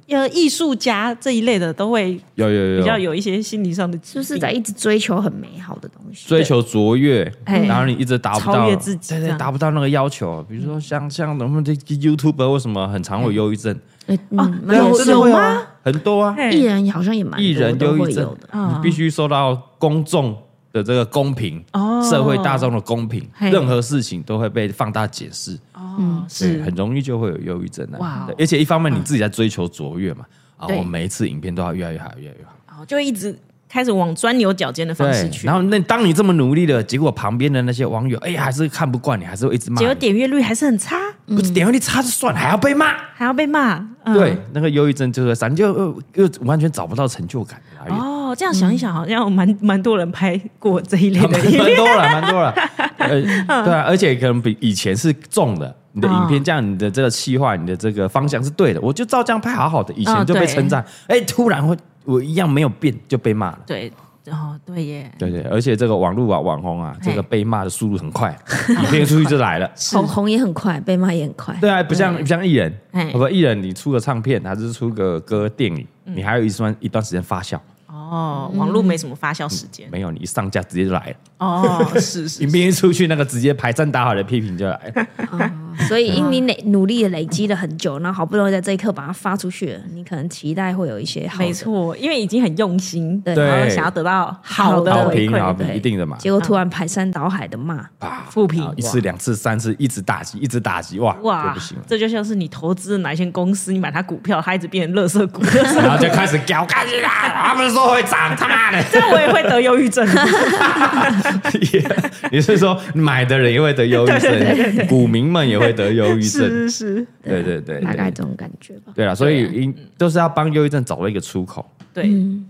[SPEAKER 3] 呃艺术家这一类的都会
[SPEAKER 2] 有有有，
[SPEAKER 3] 比较有一些心理上的疾
[SPEAKER 4] 是不是
[SPEAKER 3] 病
[SPEAKER 4] 在一直追求很美好的东西？
[SPEAKER 2] 追求卓越，
[SPEAKER 3] 哎
[SPEAKER 2] 然后你一直达不到，
[SPEAKER 3] 超越自己
[SPEAKER 2] 对
[SPEAKER 3] 这
[SPEAKER 2] 对，
[SPEAKER 3] 样
[SPEAKER 2] 达不到那个要求。比如说像像我们这 YouTube 为什么很常有忧郁症？
[SPEAKER 4] 嗯，
[SPEAKER 3] 那
[SPEAKER 4] 蛮
[SPEAKER 3] 有
[SPEAKER 4] 有
[SPEAKER 2] 真的
[SPEAKER 4] 趣
[SPEAKER 3] 有
[SPEAKER 2] 会有
[SPEAKER 3] 吗
[SPEAKER 2] 啊，很多啊，
[SPEAKER 3] 嘿
[SPEAKER 4] 艺人好像也蛮
[SPEAKER 2] 艺人
[SPEAKER 4] 多
[SPEAKER 2] 忧
[SPEAKER 4] 都
[SPEAKER 2] 郁
[SPEAKER 4] 会有
[SPEAKER 2] 症
[SPEAKER 4] 的，，
[SPEAKER 3] 啊
[SPEAKER 2] 你必须受到公众的这个公平，
[SPEAKER 3] 哦
[SPEAKER 2] 社会大众的公平，
[SPEAKER 3] 嘿
[SPEAKER 2] 任何事情都会被放大解释，
[SPEAKER 3] 哦，
[SPEAKER 2] 对，
[SPEAKER 3] 是
[SPEAKER 2] 很容易就会有忧郁症啊
[SPEAKER 3] 哇哦
[SPEAKER 2] 对而且一方面你自己在追求卓越嘛，啊，
[SPEAKER 4] 对
[SPEAKER 2] 我每一次影片都要越来越好，越来越好。
[SPEAKER 3] 哦就一直开始往钻牛角尖的方式
[SPEAKER 2] 对，
[SPEAKER 3] 去，
[SPEAKER 2] 然后那当你这么努力了，结果旁边的那些网友，哎、还是看不惯你，还是会一直骂
[SPEAKER 3] 结果
[SPEAKER 2] 你，
[SPEAKER 3] 点阅率还是很差，
[SPEAKER 2] 不是点阅率差就算了，还要被骂。
[SPEAKER 3] 还要被骂。嗯
[SPEAKER 2] 对，那个忧郁症就是啥，你就呃又完全找不到成就感的来源。
[SPEAKER 3] 哦，这样想一想，好像蛮蛮多人拍过这一类
[SPEAKER 2] 啊蛮
[SPEAKER 3] 的嗯影
[SPEAKER 2] 蛮
[SPEAKER 3] 片。
[SPEAKER 2] 多了，蛮 多了，呃，对啊，而且可能比以前是重的，你的
[SPEAKER 3] 哦
[SPEAKER 2] 影片这样，你的这个气划，你的这个方向是对的，我就照这样拍，好好的，以前
[SPEAKER 3] 哦
[SPEAKER 2] 就被
[SPEAKER 3] 对
[SPEAKER 2] 称赞，哎，突然会我一样没有变就被骂了，
[SPEAKER 3] 对，哦，对耶，
[SPEAKER 2] 对对，而且这个网络啊，网红啊，这个
[SPEAKER 3] 嘿
[SPEAKER 2] 被骂的速度很快，影片出去就 来了。
[SPEAKER 4] 红红也很快，被骂也很快。
[SPEAKER 2] 对啊，不像不像艺人，
[SPEAKER 3] 哎
[SPEAKER 2] 不艺人，你出个唱片还是出个歌、电影，
[SPEAKER 3] 嗯
[SPEAKER 2] 你还有一段一段时间发酵，
[SPEAKER 3] 哦，网络没什么发酵时 间。
[SPEAKER 2] 没有你一上架直接就来了，
[SPEAKER 3] 哦，是是
[SPEAKER 2] 影片一出去，那个直接排山倒海的批评就来 了。
[SPEAKER 4] 所以，因为你累努力的累积了很久，然后好不容易在这一刻把它发出去了，你可能期待会有一些好的
[SPEAKER 3] 没，错，因为已经很用心，
[SPEAKER 4] 对
[SPEAKER 3] 然后想要得到好的
[SPEAKER 4] 好
[SPEAKER 2] 好
[SPEAKER 4] 的
[SPEAKER 3] 回
[SPEAKER 2] 评好
[SPEAKER 3] 馈，
[SPEAKER 2] 评一定的嘛，
[SPEAKER 4] 结果突然排山倒海的骂，
[SPEAKER 3] 负评
[SPEAKER 2] 啊一次、两次、三次，一直打击，一直打击，哇，就
[SPEAKER 3] 哇
[SPEAKER 2] 不行了，。
[SPEAKER 3] 这就像是你投资哪一些公司，你买它股票，它一直变成垃圾股，垃圾
[SPEAKER 2] 然后就开始搞，干你啦！他们说会涨，他妈 的！
[SPEAKER 3] 这我也会得忧郁症。
[SPEAKER 2] 你是说买的人也会得忧郁症，股民们也会得忧郁症？
[SPEAKER 3] 是是，
[SPEAKER 2] 对对对，
[SPEAKER 4] 大概
[SPEAKER 2] 对
[SPEAKER 4] 这种感觉吧。
[SPEAKER 2] 对了，所
[SPEAKER 3] 啊
[SPEAKER 2] 以应都是要帮忧郁症找到一个出口。
[SPEAKER 3] 对。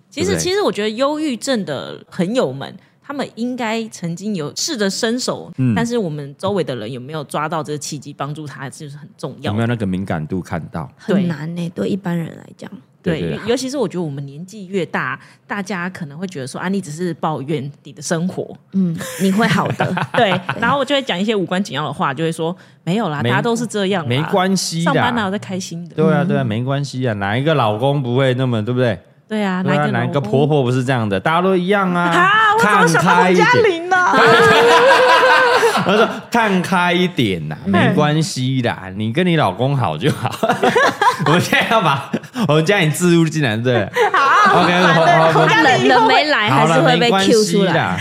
[SPEAKER 3] 其
[SPEAKER 2] 对
[SPEAKER 3] 实
[SPEAKER 2] 不对
[SPEAKER 3] 其实我觉得忧郁症的朋友们。他们应该曾经有试着伸手，
[SPEAKER 2] 嗯
[SPEAKER 3] 但是我们周围的人有没有抓到这个契机帮助他，就是很重
[SPEAKER 2] 有
[SPEAKER 3] 要
[SPEAKER 2] 没。有那个敏感度看到？
[SPEAKER 4] 欸很难呢、对一般人来讲，
[SPEAKER 2] 对对
[SPEAKER 3] 尤尤其是我觉得我们年纪越大，大家可能会觉得说啊，你只是抱怨你的 生活，
[SPEAKER 4] 嗯，你会好的，
[SPEAKER 3] 对。然后我就会讲一些无关紧要的话，就会说没有啦，
[SPEAKER 2] 没
[SPEAKER 3] 大家都是这样啦，
[SPEAKER 2] 没关系啦
[SPEAKER 3] 上班哪嗯有在开心的？
[SPEAKER 2] 对啊，对啊，没关系啊，哪一个老公不会那么，对不对？
[SPEAKER 3] 对啊，
[SPEAKER 2] 对
[SPEAKER 3] 哪一
[SPEAKER 2] 啊，
[SPEAKER 3] 个
[SPEAKER 2] 哪一
[SPEAKER 3] 老
[SPEAKER 2] 个
[SPEAKER 3] 公
[SPEAKER 2] 婆婆不是这样的？大家都一样啊，
[SPEAKER 3] 啊？我怎么
[SPEAKER 2] 看
[SPEAKER 3] 想到
[SPEAKER 2] 开
[SPEAKER 3] 洪
[SPEAKER 2] 一点
[SPEAKER 3] 嘉。玲呢？
[SPEAKER 2] 他说：“看开一点呐、没关系啦，你跟你老公好就好。 我们现在要把我们家你置入进来，对不对？好，OK，好， 好好
[SPEAKER 4] 他人人没来
[SPEAKER 2] 好
[SPEAKER 4] 还是
[SPEAKER 2] 了，
[SPEAKER 4] 会
[SPEAKER 2] 没
[SPEAKER 4] 被
[SPEAKER 2] 关
[SPEAKER 4] Q
[SPEAKER 2] 系
[SPEAKER 4] 出来。
[SPEAKER 2] 啦。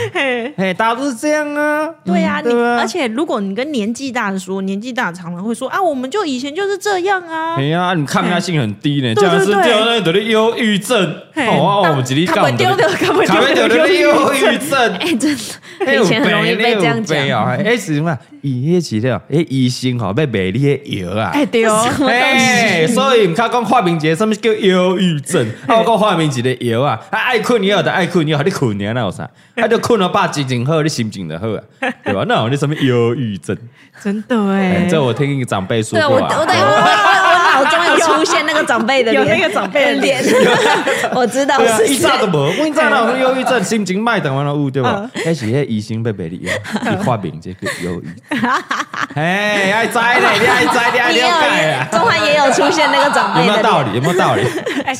[SPEAKER 2] 嘿，大家都是这样啊。
[SPEAKER 3] 对呀、啊，你
[SPEAKER 2] 对啊
[SPEAKER 3] 而且如果你跟年纪大的说，年纪大的常常会说啊，我们就以前就是这样啊
[SPEAKER 2] 哎。呀，你抗压性很低呢，
[SPEAKER 3] 对
[SPEAKER 2] 这样是
[SPEAKER 3] 对对
[SPEAKER 2] 掉那的忧郁症。
[SPEAKER 3] 嘿
[SPEAKER 2] 哦，啊我们今天
[SPEAKER 3] 他们丢的，他们
[SPEAKER 2] 卡
[SPEAKER 3] 丢
[SPEAKER 2] 掉
[SPEAKER 3] 的
[SPEAKER 2] 的忧郁症。
[SPEAKER 4] 哎，真
[SPEAKER 2] 哎
[SPEAKER 4] 的，以前很容易被这样讲。
[SPEAKER 2] 啊！哎，什么？ 伊迄个哦，哎，医生吼要卖你迄药啊！
[SPEAKER 3] 哎丢，
[SPEAKER 2] 哎、所以毋较讲发明一个什物叫忧郁 症，啊，我讲发明一个药啊，啊，爱困药的爱困药，你困药那有啥？啊，就困了饱精神好，你心情就好 啊，对吧？那有你什么忧郁症？
[SPEAKER 3] 真的
[SPEAKER 2] 哎、
[SPEAKER 3] 哎、
[SPEAKER 2] 这我听一个长辈说
[SPEAKER 4] 对啊，我
[SPEAKER 2] 过
[SPEAKER 4] 我
[SPEAKER 2] 啊。
[SPEAKER 4] 我我我脑中有出现那个长辈的
[SPEAKER 3] 有
[SPEAKER 4] 脸，
[SPEAKER 3] 那个长辈的脸，
[SPEAKER 4] 我知道
[SPEAKER 2] 对啊，
[SPEAKER 4] 是嗯
[SPEAKER 2] 一
[SPEAKER 4] 谁
[SPEAKER 2] 早都无，我一早那有忧郁症，心情歹，等完了有对 吧？那是迄医生被卖你药，你发明这个忧郁。 哎，爱知咧，你爱知，你爱
[SPEAKER 4] 也有
[SPEAKER 2] 了解啊，
[SPEAKER 4] 中环也有出现那个长
[SPEAKER 2] 有
[SPEAKER 4] 辈
[SPEAKER 2] 没有
[SPEAKER 4] 的
[SPEAKER 2] 道
[SPEAKER 4] 脸，
[SPEAKER 2] 理？有没有道 理？
[SPEAKER 4] 嗯
[SPEAKER 3] 哎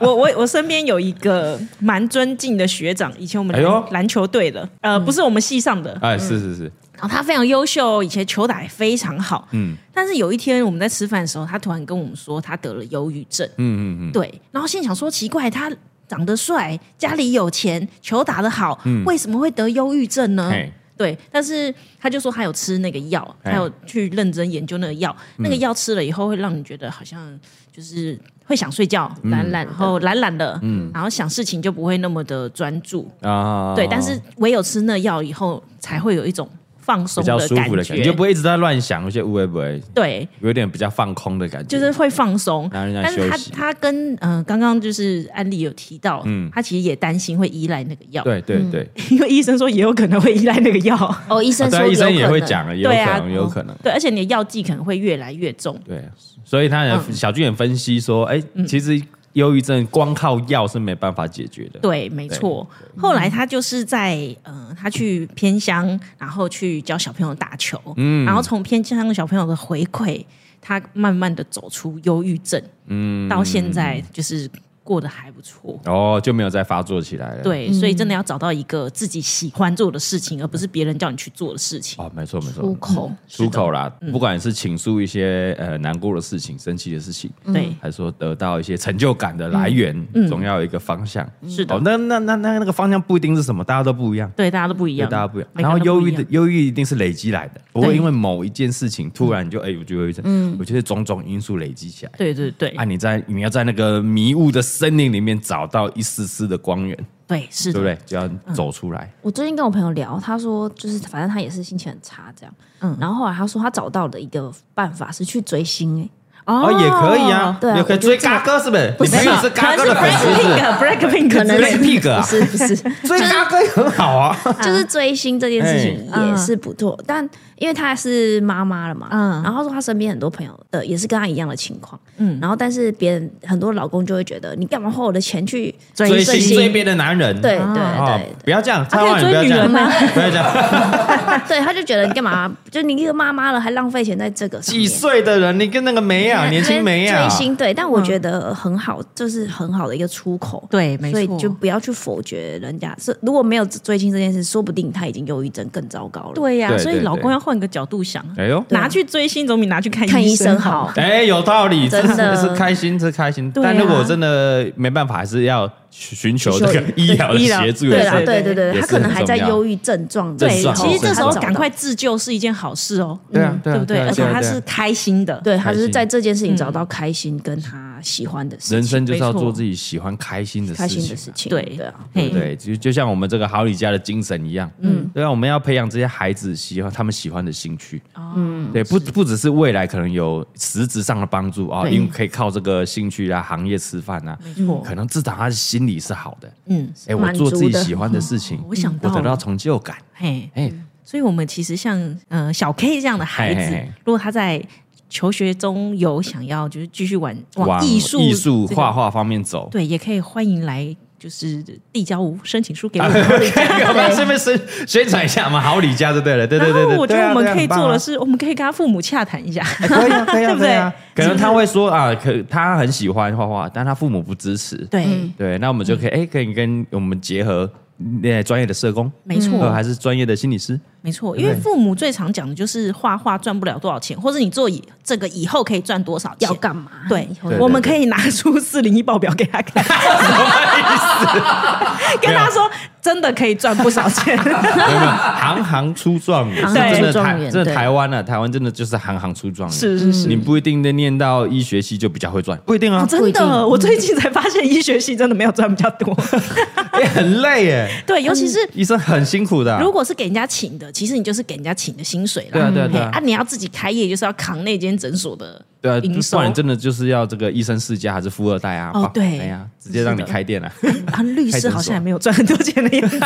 [SPEAKER 3] 我我我身边有一个蛮尊敬的学长，以前我们
[SPEAKER 2] 哎
[SPEAKER 3] 篮、
[SPEAKER 2] 呦
[SPEAKER 3] 篮球队的，呃，
[SPEAKER 2] 嗯
[SPEAKER 3] 不是我们系上的，
[SPEAKER 2] 哎，是是是，
[SPEAKER 3] 然后他非常优秀，以前球打也非常好，
[SPEAKER 2] 嗯
[SPEAKER 3] 但是有一天我们在吃饭的时候，他突然跟我们说他得了忧郁症，
[SPEAKER 2] 嗯嗯嗯，
[SPEAKER 3] 对，然后心想说奇怪，他长得帅，家里有钱，球打得好，
[SPEAKER 2] 嗯
[SPEAKER 3] 为什么会得忧郁症呢？
[SPEAKER 2] 嘿
[SPEAKER 3] 对，但是他就说他有吃那个药，
[SPEAKER 2] 嘿
[SPEAKER 3] 他有去认真研究那个药，
[SPEAKER 2] 嗯
[SPEAKER 3] 那个药吃了以后会让你觉得好像就是会想睡觉，
[SPEAKER 4] 懒懒
[SPEAKER 3] 然
[SPEAKER 4] 的
[SPEAKER 3] 后懒懒的，
[SPEAKER 2] 嗯
[SPEAKER 3] 然后想事情就不会那么的专注，
[SPEAKER 2] 啊，
[SPEAKER 3] 对，但是唯有吃那药以后才会有一种放松
[SPEAKER 2] 比较
[SPEAKER 3] 的
[SPEAKER 2] 舒
[SPEAKER 3] 感
[SPEAKER 2] 服的感觉，就不会一直在乱想，有些无为不为，
[SPEAKER 3] 对，
[SPEAKER 2] 有点比较放空的感觉，
[SPEAKER 3] 就是会放松，
[SPEAKER 2] 让人家
[SPEAKER 3] 但是他
[SPEAKER 2] 休息
[SPEAKER 3] 他跟呃刚刚就是安利有提到，
[SPEAKER 2] 嗯
[SPEAKER 3] 他其实也担心会依赖那个药，
[SPEAKER 2] 对对对，
[SPEAKER 3] 因为医生说也有可能会依赖那个药，
[SPEAKER 4] 哦，医生
[SPEAKER 2] 啊对
[SPEAKER 4] 说
[SPEAKER 2] 啊，医生
[SPEAKER 4] 有可
[SPEAKER 2] 也会
[SPEAKER 4] 能
[SPEAKER 2] 讲了，也有
[SPEAKER 3] 对
[SPEAKER 2] 可
[SPEAKER 3] 啊，
[SPEAKER 2] 能，也有可能
[SPEAKER 3] 哦，对，而且你的药剂可能会越来越重，
[SPEAKER 2] 对，所以他也
[SPEAKER 3] 嗯
[SPEAKER 2] 小俊也分析说，哎，其实忧郁症光靠药是没办法解决的，
[SPEAKER 3] 对，没错。后来他就是在呃，他去偏乡，然后去教小朋友打球，
[SPEAKER 2] 嗯
[SPEAKER 3] 然后从偏乡的小朋友的回馈，他慢慢的走出忧郁症，
[SPEAKER 2] 嗯
[SPEAKER 3] 到现在就是过得还不错。
[SPEAKER 2] 哦就没有再发作起来了，，
[SPEAKER 3] 对，所以真的要找到一个自己喜欢做的事情，而不是别人叫你去做的事情。
[SPEAKER 2] 哦，没错没
[SPEAKER 4] 出
[SPEAKER 2] 错。
[SPEAKER 4] 口，
[SPEAKER 2] 出口啦，
[SPEAKER 3] 嗯
[SPEAKER 2] 不管是倾诉一些呃难过的事情、生气的事情，
[SPEAKER 3] 嗯对，嗯
[SPEAKER 2] 还是说得到一些成就感的来源，总要有一个方向。
[SPEAKER 3] 是的
[SPEAKER 2] 哦，，那那那那那个方向不一定是什么，大家都不一样。
[SPEAKER 3] 对，大家都不一
[SPEAKER 2] 对
[SPEAKER 3] 样，
[SPEAKER 2] 大家不一样。
[SPEAKER 3] 每个
[SPEAKER 2] 然
[SPEAKER 3] 人
[SPEAKER 2] 后
[SPEAKER 3] 都
[SPEAKER 2] 忧
[SPEAKER 3] 不
[SPEAKER 2] 郁
[SPEAKER 3] 一
[SPEAKER 2] 的
[SPEAKER 3] 样
[SPEAKER 2] 忧郁一定是累积来的，不会
[SPEAKER 3] 对
[SPEAKER 2] 因为某一件事情突然就哎，我就忧郁症。嗯，我觉得种种因素累积起来。
[SPEAKER 3] 对对对
[SPEAKER 2] 啊，，你在你要在那个迷雾的森林里面找到一丝丝的光源，
[SPEAKER 3] 对是
[SPEAKER 2] 对
[SPEAKER 3] 的，
[SPEAKER 2] 不对？就要走出来。
[SPEAKER 4] 我最近跟我朋友聊，他说就是反正他也是心情很差这样，
[SPEAKER 3] 嗯
[SPEAKER 4] 然后后来他说他找到了一个办法是去追星哎、
[SPEAKER 3] 哦
[SPEAKER 2] 哦，也可以啊，
[SPEAKER 4] 对啊
[SPEAKER 2] 也可以
[SPEAKER 4] 我觉
[SPEAKER 2] 追
[SPEAKER 4] 得
[SPEAKER 2] 嘎哥，是不是？
[SPEAKER 4] 不
[SPEAKER 2] 你
[SPEAKER 4] 是
[SPEAKER 2] 朋友是嘎哥的粉丝，是不
[SPEAKER 4] 啊
[SPEAKER 2] 是
[SPEAKER 3] Blackpink，Blackpink
[SPEAKER 4] 可能
[SPEAKER 3] 之类
[SPEAKER 4] 是
[SPEAKER 3] 的
[SPEAKER 2] Blackpink 啊
[SPEAKER 4] 不是不是，
[SPEAKER 2] 追嘎哥也很好啊。
[SPEAKER 3] 嗯
[SPEAKER 4] 就是追星这件事情
[SPEAKER 3] 哎
[SPEAKER 4] 也是不错，但因为她是妈妈了嘛，
[SPEAKER 3] 嗯
[SPEAKER 4] 然后她说她身边很多朋友的也是跟她一样的情况，
[SPEAKER 3] 嗯
[SPEAKER 4] 然后但是别人很多老公就会觉得你干嘛花我的钱去
[SPEAKER 2] 追
[SPEAKER 3] 追
[SPEAKER 2] 星
[SPEAKER 3] 星
[SPEAKER 2] 追别的男人，
[SPEAKER 4] 对
[SPEAKER 3] 啊
[SPEAKER 4] 对
[SPEAKER 2] 哦
[SPEAKER 4] 对，
[SPEAKER 2] 不要这样，
[SPEAKER 3] 他
[SPEAKER 2] 蔡
[SPEAKER 3] 可
[SPEAKER 2] 万你不
[SPEAKER 3] 以追
[SPEAKER 2] 要这
[SPEAKER 3] 女
[SPEAKER 2] 样
[SPEAKER 3] 人啊，
[SPEAKER 2] 不要这样。
[SPEAKER 4] 对，他就觉得你干嘛？就你一个妈妈了，还浪费钱在这个上
[SPEAKER 2] 几
[SPEAKER 4] 面。
[SPEAKER 2] 岁的人，你跟那个梅 啊，年轻梅啊，
[SPEAKER 4] 追星对，但我觉得很好，就是很好的一个出口。
[SPEAKER 3] 对，没
[SPEAKER 4] 所以
[SPEAKER 3] 错，
[SPEAKER 4] 就不要去否决人家是如果没有追星这件事，说不定他已经忧郁症更糟糕了。，
[SPEAKER 3] 对呀、
[SPEAKER 2] 对
[SPEAKER 3] 所以
[SPEAKER 2] 对
[SPEAKER 3] 老公
[SPEAKER 2] 对
[SPEAKER 3] 要换个角度想啊，
[SPEAKER 2] 哎呦，
[SPEAKER 3] 拿去追星总比拿去看
[SPEAKER 4] 看医
[SPEAKER 3] 生
[SPEAKER 4] 生好。。
[SPEAKER 2] 哎，有道理，
[SPEAKER 4] 真的
[SPEAKER 2] 是是开心是开心，
[SPEAKER 3] 对啊
[SPEAKER 2] 但如果真的没办法，还是要寻求这个
[SPEAKER 4] 寻求
[SPEAKER 2] 医疗的
[SPEAKER 3] 医疗
[SPEAKER 2] 协助。
[SPEAKER 4] 对
[SPEAKER 3] 对
[SPEAKER 4] 啦，
[SPEAKER 3] 对
[SPEAKER 4] 对对
[SPEAKER 2] 也是
[SPEAKER 4] 对，他可能
[SPEAKER 2] 很
[SPEAKER 4] 还在
[SPEAKER 2] 重要
[SPEAKER 4] 忧郁症状的
[SPEAKER 2] 症
[SPEAKER 3] 对
[SPEAKER 4] 时
[SPEAKER 2] 状，
[SPEAKER 4] 候，
[SPEAKER 3] 其实这时候
[SPEAKER 4] 他找
[SPEAKER 3] 赶
[SPEAKER 4] 到
[SPEAKER 3] 快自救是一件好事哦，
[SPEAKER 2] 对啊，对
[SPEAKER 3] 对
[SPEAKER 2] 啊，
[SPEAKER 3] 不对？
[SPEAKER 2] 啊
[SPEAKER 3] 而且
[SPEAKER 2] 啊
[SPEAKER 3] 他
[SPEAKER 2] 对啊
[SPEAKER 3] 是开心的，
[SPEAKER 4] 对嗯他就是
[SPEAKER 2] 开心
[SPEAKER 4] 在这件事情找到开心跟他喜欢的事情，
[SPEAKER 2] 人生就是要
[SPEAKER 3] 没错
[SPEAKER 2] 做自己喜欢开心的
[SPEAKER 4] 开
[SPEAKER 2] 事
[SPEAKER 4] 心的事
[SPEAKER 2] 情啊。
[SPEAKER 4] 情，
[SPEAKER 3] 对
[SPEAKER 4] 对啊，
[SPEAKER 3] 嘿
[SPEAKER 2] 对，就就像我们这个好礼家的精神一样，嗯，对啊，我们要培养这些孩子喜欢他们喜欢的兴趣，
[SPEAKER 3] 哦
[SPEAKER 2] 嗯，对，不不只是未来可能有实质上的帮助啊，因为可以靠这个兴趣啊、行业吃饭啊，
[SPEAKER 3] 没错，
[SPEAKER 2] 可能至少他的心理是好的，
[SPEAKER 3] 嗯，
[SPEAKER 2] 哎，我做自己
[SPEAKER 4] 满足的
[SPEAKER 2] 喜欢的事情，
[SPEAKER 3] 我想
[SPEAKER 2] 我
[SPEAKER 3] 到
[SPEAKER 2] 得到
[SPEAKER 3] 了，
[SPEAKER 2] 成就感，
[SPEAKER 3] 嘿，
[SPEAKER 2] 哎，
[SPEAKER 3] 所以我们其实像呃小 K 这样的孩子，
[SPEAKER 2] 嘿嘿嘿
[SPEAKER 3] 如果他在求学中有想要就是继续往
[SPEAKER 2] 往
[SPEAKER 3] 艺术
[SPEAKER 2] 艺术
[SPEAKER 3] 这个
[SPEAKER 2] 画画方面走。
[SPEAKER 3] 对，也可以欢迎来就是递交申请书给我
[SPEAKER 2] 啊
[SPEAKER 3] 们。
[SPEAKER 2] 我们顺便宣宣传一下嘛，好李家就对了，对对
[SPEAKER 3] 然
[SPEAKER 2] 对
[SPEAKER 3] 后
[SPEAKER 2] 对。
[SPEAKER 3] 我觉得
[SPEAKER 2] 对
[SPEAKER 3] 我们
[SPEAKER 2] 啊
[SPEAKER 3] 可以做的，
[SPEAKER 2] 对啊很棒啊
[SPEAKER 3] 是，我们可以跟他父母洽谈一下。
[SPEAKER 2] 哎可以啊，可以啊，
[SPEAKER 3] 对不对
[SPEAKER 2] 可以啊可能他会说啊，可他很喜欢画画，但他父母不支持。
[SPEAKER 3] 对，嗯
[SPEAKER 2] 对，那我们就可以哎，可以跟我们结合呃专业的社工，
[SPEAKER 3] 没错
[SPEAKER 2] 呃还是专业的心理 师，
[SPEAKER 3] 没错，因为父母最常讲的就是画画赚不了多少钱，或者你做以这个以后可以赚多少钱
[SPEAKER 4] 要。干嘛？
[SPEAKER 3] 对
[SPEAKER 4] 以后，
[SPEAKER 2] 对
[SPEAKER 3] 我们可以拿出四零一报表给他看， 跟他说真的可以赚不少钱。
[SPEAKER 2] 没有没有行行出状元，
[SPEAKER 1] 行
[SPEAKER 3] 行
[SPEAKER 2] 真
[SPEAKER 1] 出
[SPEAKER 2] 的台
[SPEAKER 1] 状元
[SPEAKER 2] 真的
[SPEAKER 1] 对
[SPEAKER 2] 台湾啊，台湾真的就是行行出状元，
[SPEAKER 3] 是是是，
[SPEAKER 2] 你不一定的念到医学系就比较会赚，不一定啊，
[SPEAKER 3] 真
[SPEAKER 1] 不一定
[SPEAKER 4] 嗯
[SPEAKER 3] 的，我最近才发现医学系真的没有赚比较 多。
[SPEAKER 2] 也哎很累耶，
[SPEAKER 4] 嗯
[SPEAKER 3] 对，尤其是
[SPEAKER 2] 医生很辛苦的啊。
[SPEAKER 3] 如果是给人家请的，其实你就是给人家请的薪水啦。
[SPEAKER 2] 对啊对啊对啊
[SPEAKER 3] 嘿啊你要自己开业，就是要扛那间诊所的
[SPEAKER 2] 对啊，
[SPEAKER 3] 营收
[SPEAKER 2] 不。然真的就是要这个医生世家还是富二代啊？
[SPEAKER 3] 哦
[SPEAKER 2] 哇
[SPEAKER 3] 对
[SPEAKER 2] 哎呀，直接让你开店啊！
[SPEAKER 3] 啊，律
[SPEAKER 2] 开
[SPEAKER 3] 师
[SPEAKER 2] 诊所
[SPEAKER 3] 好像也没有赚很多钱的 样子。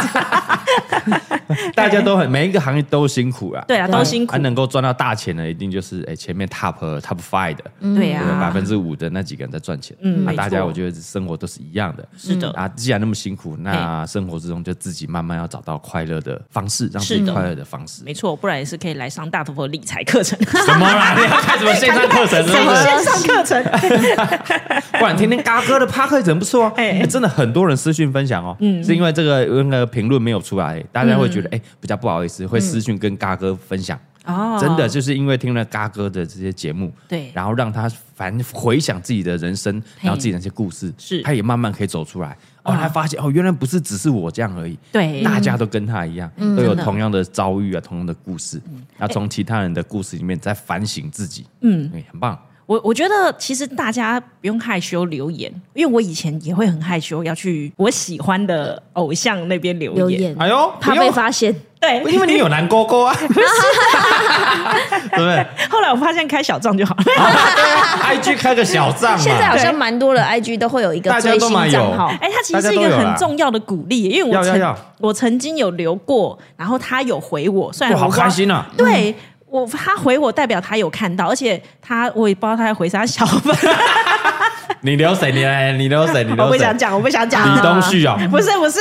[SPEAKER 2] 大家都很每一个行业都辛苦啊，
[SPEAKER 3] 对啊，都辛苦
[SPEAKER 2] 还。能够赚到大钱的，一定就是哎前面 top top five 的，
[SPEAKER 3] 对
[SPEAKER 2] 对百
[SPEAKER 3] 啊，
[SPEAKER 2] 分之五的那几个人在赚钱。
[SPEAKER 3] 嗯
[SPEAKER 2] 啊
[SPEAKER 3] 没错
[SPEAKER 2] 大家我觉得生活都是一样的。
[SPEAKER 3] 是的
[SPEAKER 2] 啊，既然那么辛苦，那生活之中就自己慢慢要找到快乐的方式，让自
[SPEAKER 3] 是
[SPEAKER 2] 己
[SPEAKER 3] 的
[SPEAKER 2] 快乐的方式。
[SPEAKER 3] 没错，不然也是可以来上大头佛理财课程，
[SPEAKER 2] 什么啦？你要开什么线上课程？是不是？
[SPEAKER 3] 线上课程。
[SPEAKER 2] 不然天天嘎哥的 p a 很不错哦、
[SPEAKER 3] 哎嗯
[SPEAKER 2] 哎，真的很多人私讯分享哦，是因为这个那个评论没有出来，大家会觉得哎、比较不好意思，会私讯跟嘎哥分享。
[SPEAKER 3] 嗯哦
[SPEAKER 2] 真的就是因为听了嘎哥的这些节目，
[SPEAKER 3] 对
[SPEAKER 2] 然后让他反回想自己的人生，然后自己的那些故事，
[SPEAKER 3] 是
[SPEAKER 2] 他也慢慢可以走出来。哦，他发现哦，原来不是只是我这样而已，
[SPEAKER 3] 对嗯
[SPEAKER 2] 大家都跟他一样，都有
[SPEAKER 3] 真的嗯
[SPEAKER 2] 同样的遭遇啊，同样的故事，然后从其他人的故事里面再反省自己，嗯，很棒，
[SPEAKER 3] 我我觉得其实大家不用害羞留言，因为我以前也会很害羞要去我喜欢的偶像那边留言。
[SPEAKER 4] 留言
[SPEAKER 2] 哎呦，
[SPEAKER 4] 怕
[SPEAKER 2] 不用
[SPEAKER 4] 被发现，
[SPEAKER 3] 对，
[SPEAKER 2] 因为你有男勾勾 啊，对不对
[SPEAKER 3] 后来我发现开小账就好了。
[SPEAKER 2] ？IG 开个小账
[SPEAKER 4] 现在
[SPEAKER 2] 嘛
[SPEAKER 4] 好，像蛮多的 IG 都会有一个
[SPEAKER 2] 大家
[SPEAKER 4] 追
[SPEAKER 2] 都
[SPEAKER 4] 星
[SPEAKER 2] 蛮有
[SPEAKER 4] 账号，
[SPEAKER 3] 哎、它其实是一个很重要的鼓励，因为我
[SPEAKER 2] 要
[SPEAKER 3] 曾
[SPEAKER 2] 要要
[SPEAKER 3] 我曾经有留过，然后他有回我，虽然
[SPEAKER 2] 哇，
[SPEAKER 3] 我
[SPEAKER 2] 好
[SPEAKER 3] 不知道
[SPEAKER 2] 开、心啊！
[SPEAKER 3] 对。我他回我代表他有看到，而且他我也不知道他在回啥小粉，
[SPEAKER 2] 你留谁？你来，你留谁？你
[SPEAKER 3] 我
[SPEAKER 2] 留
[SPEAKER 3] 不
[SPEAKER 2] 谁
[SPEAKER 3] 想？讲，我不想讲。
[SPEAKER 2] 李东旭啊，
[SPEAKER 3] 不是不是，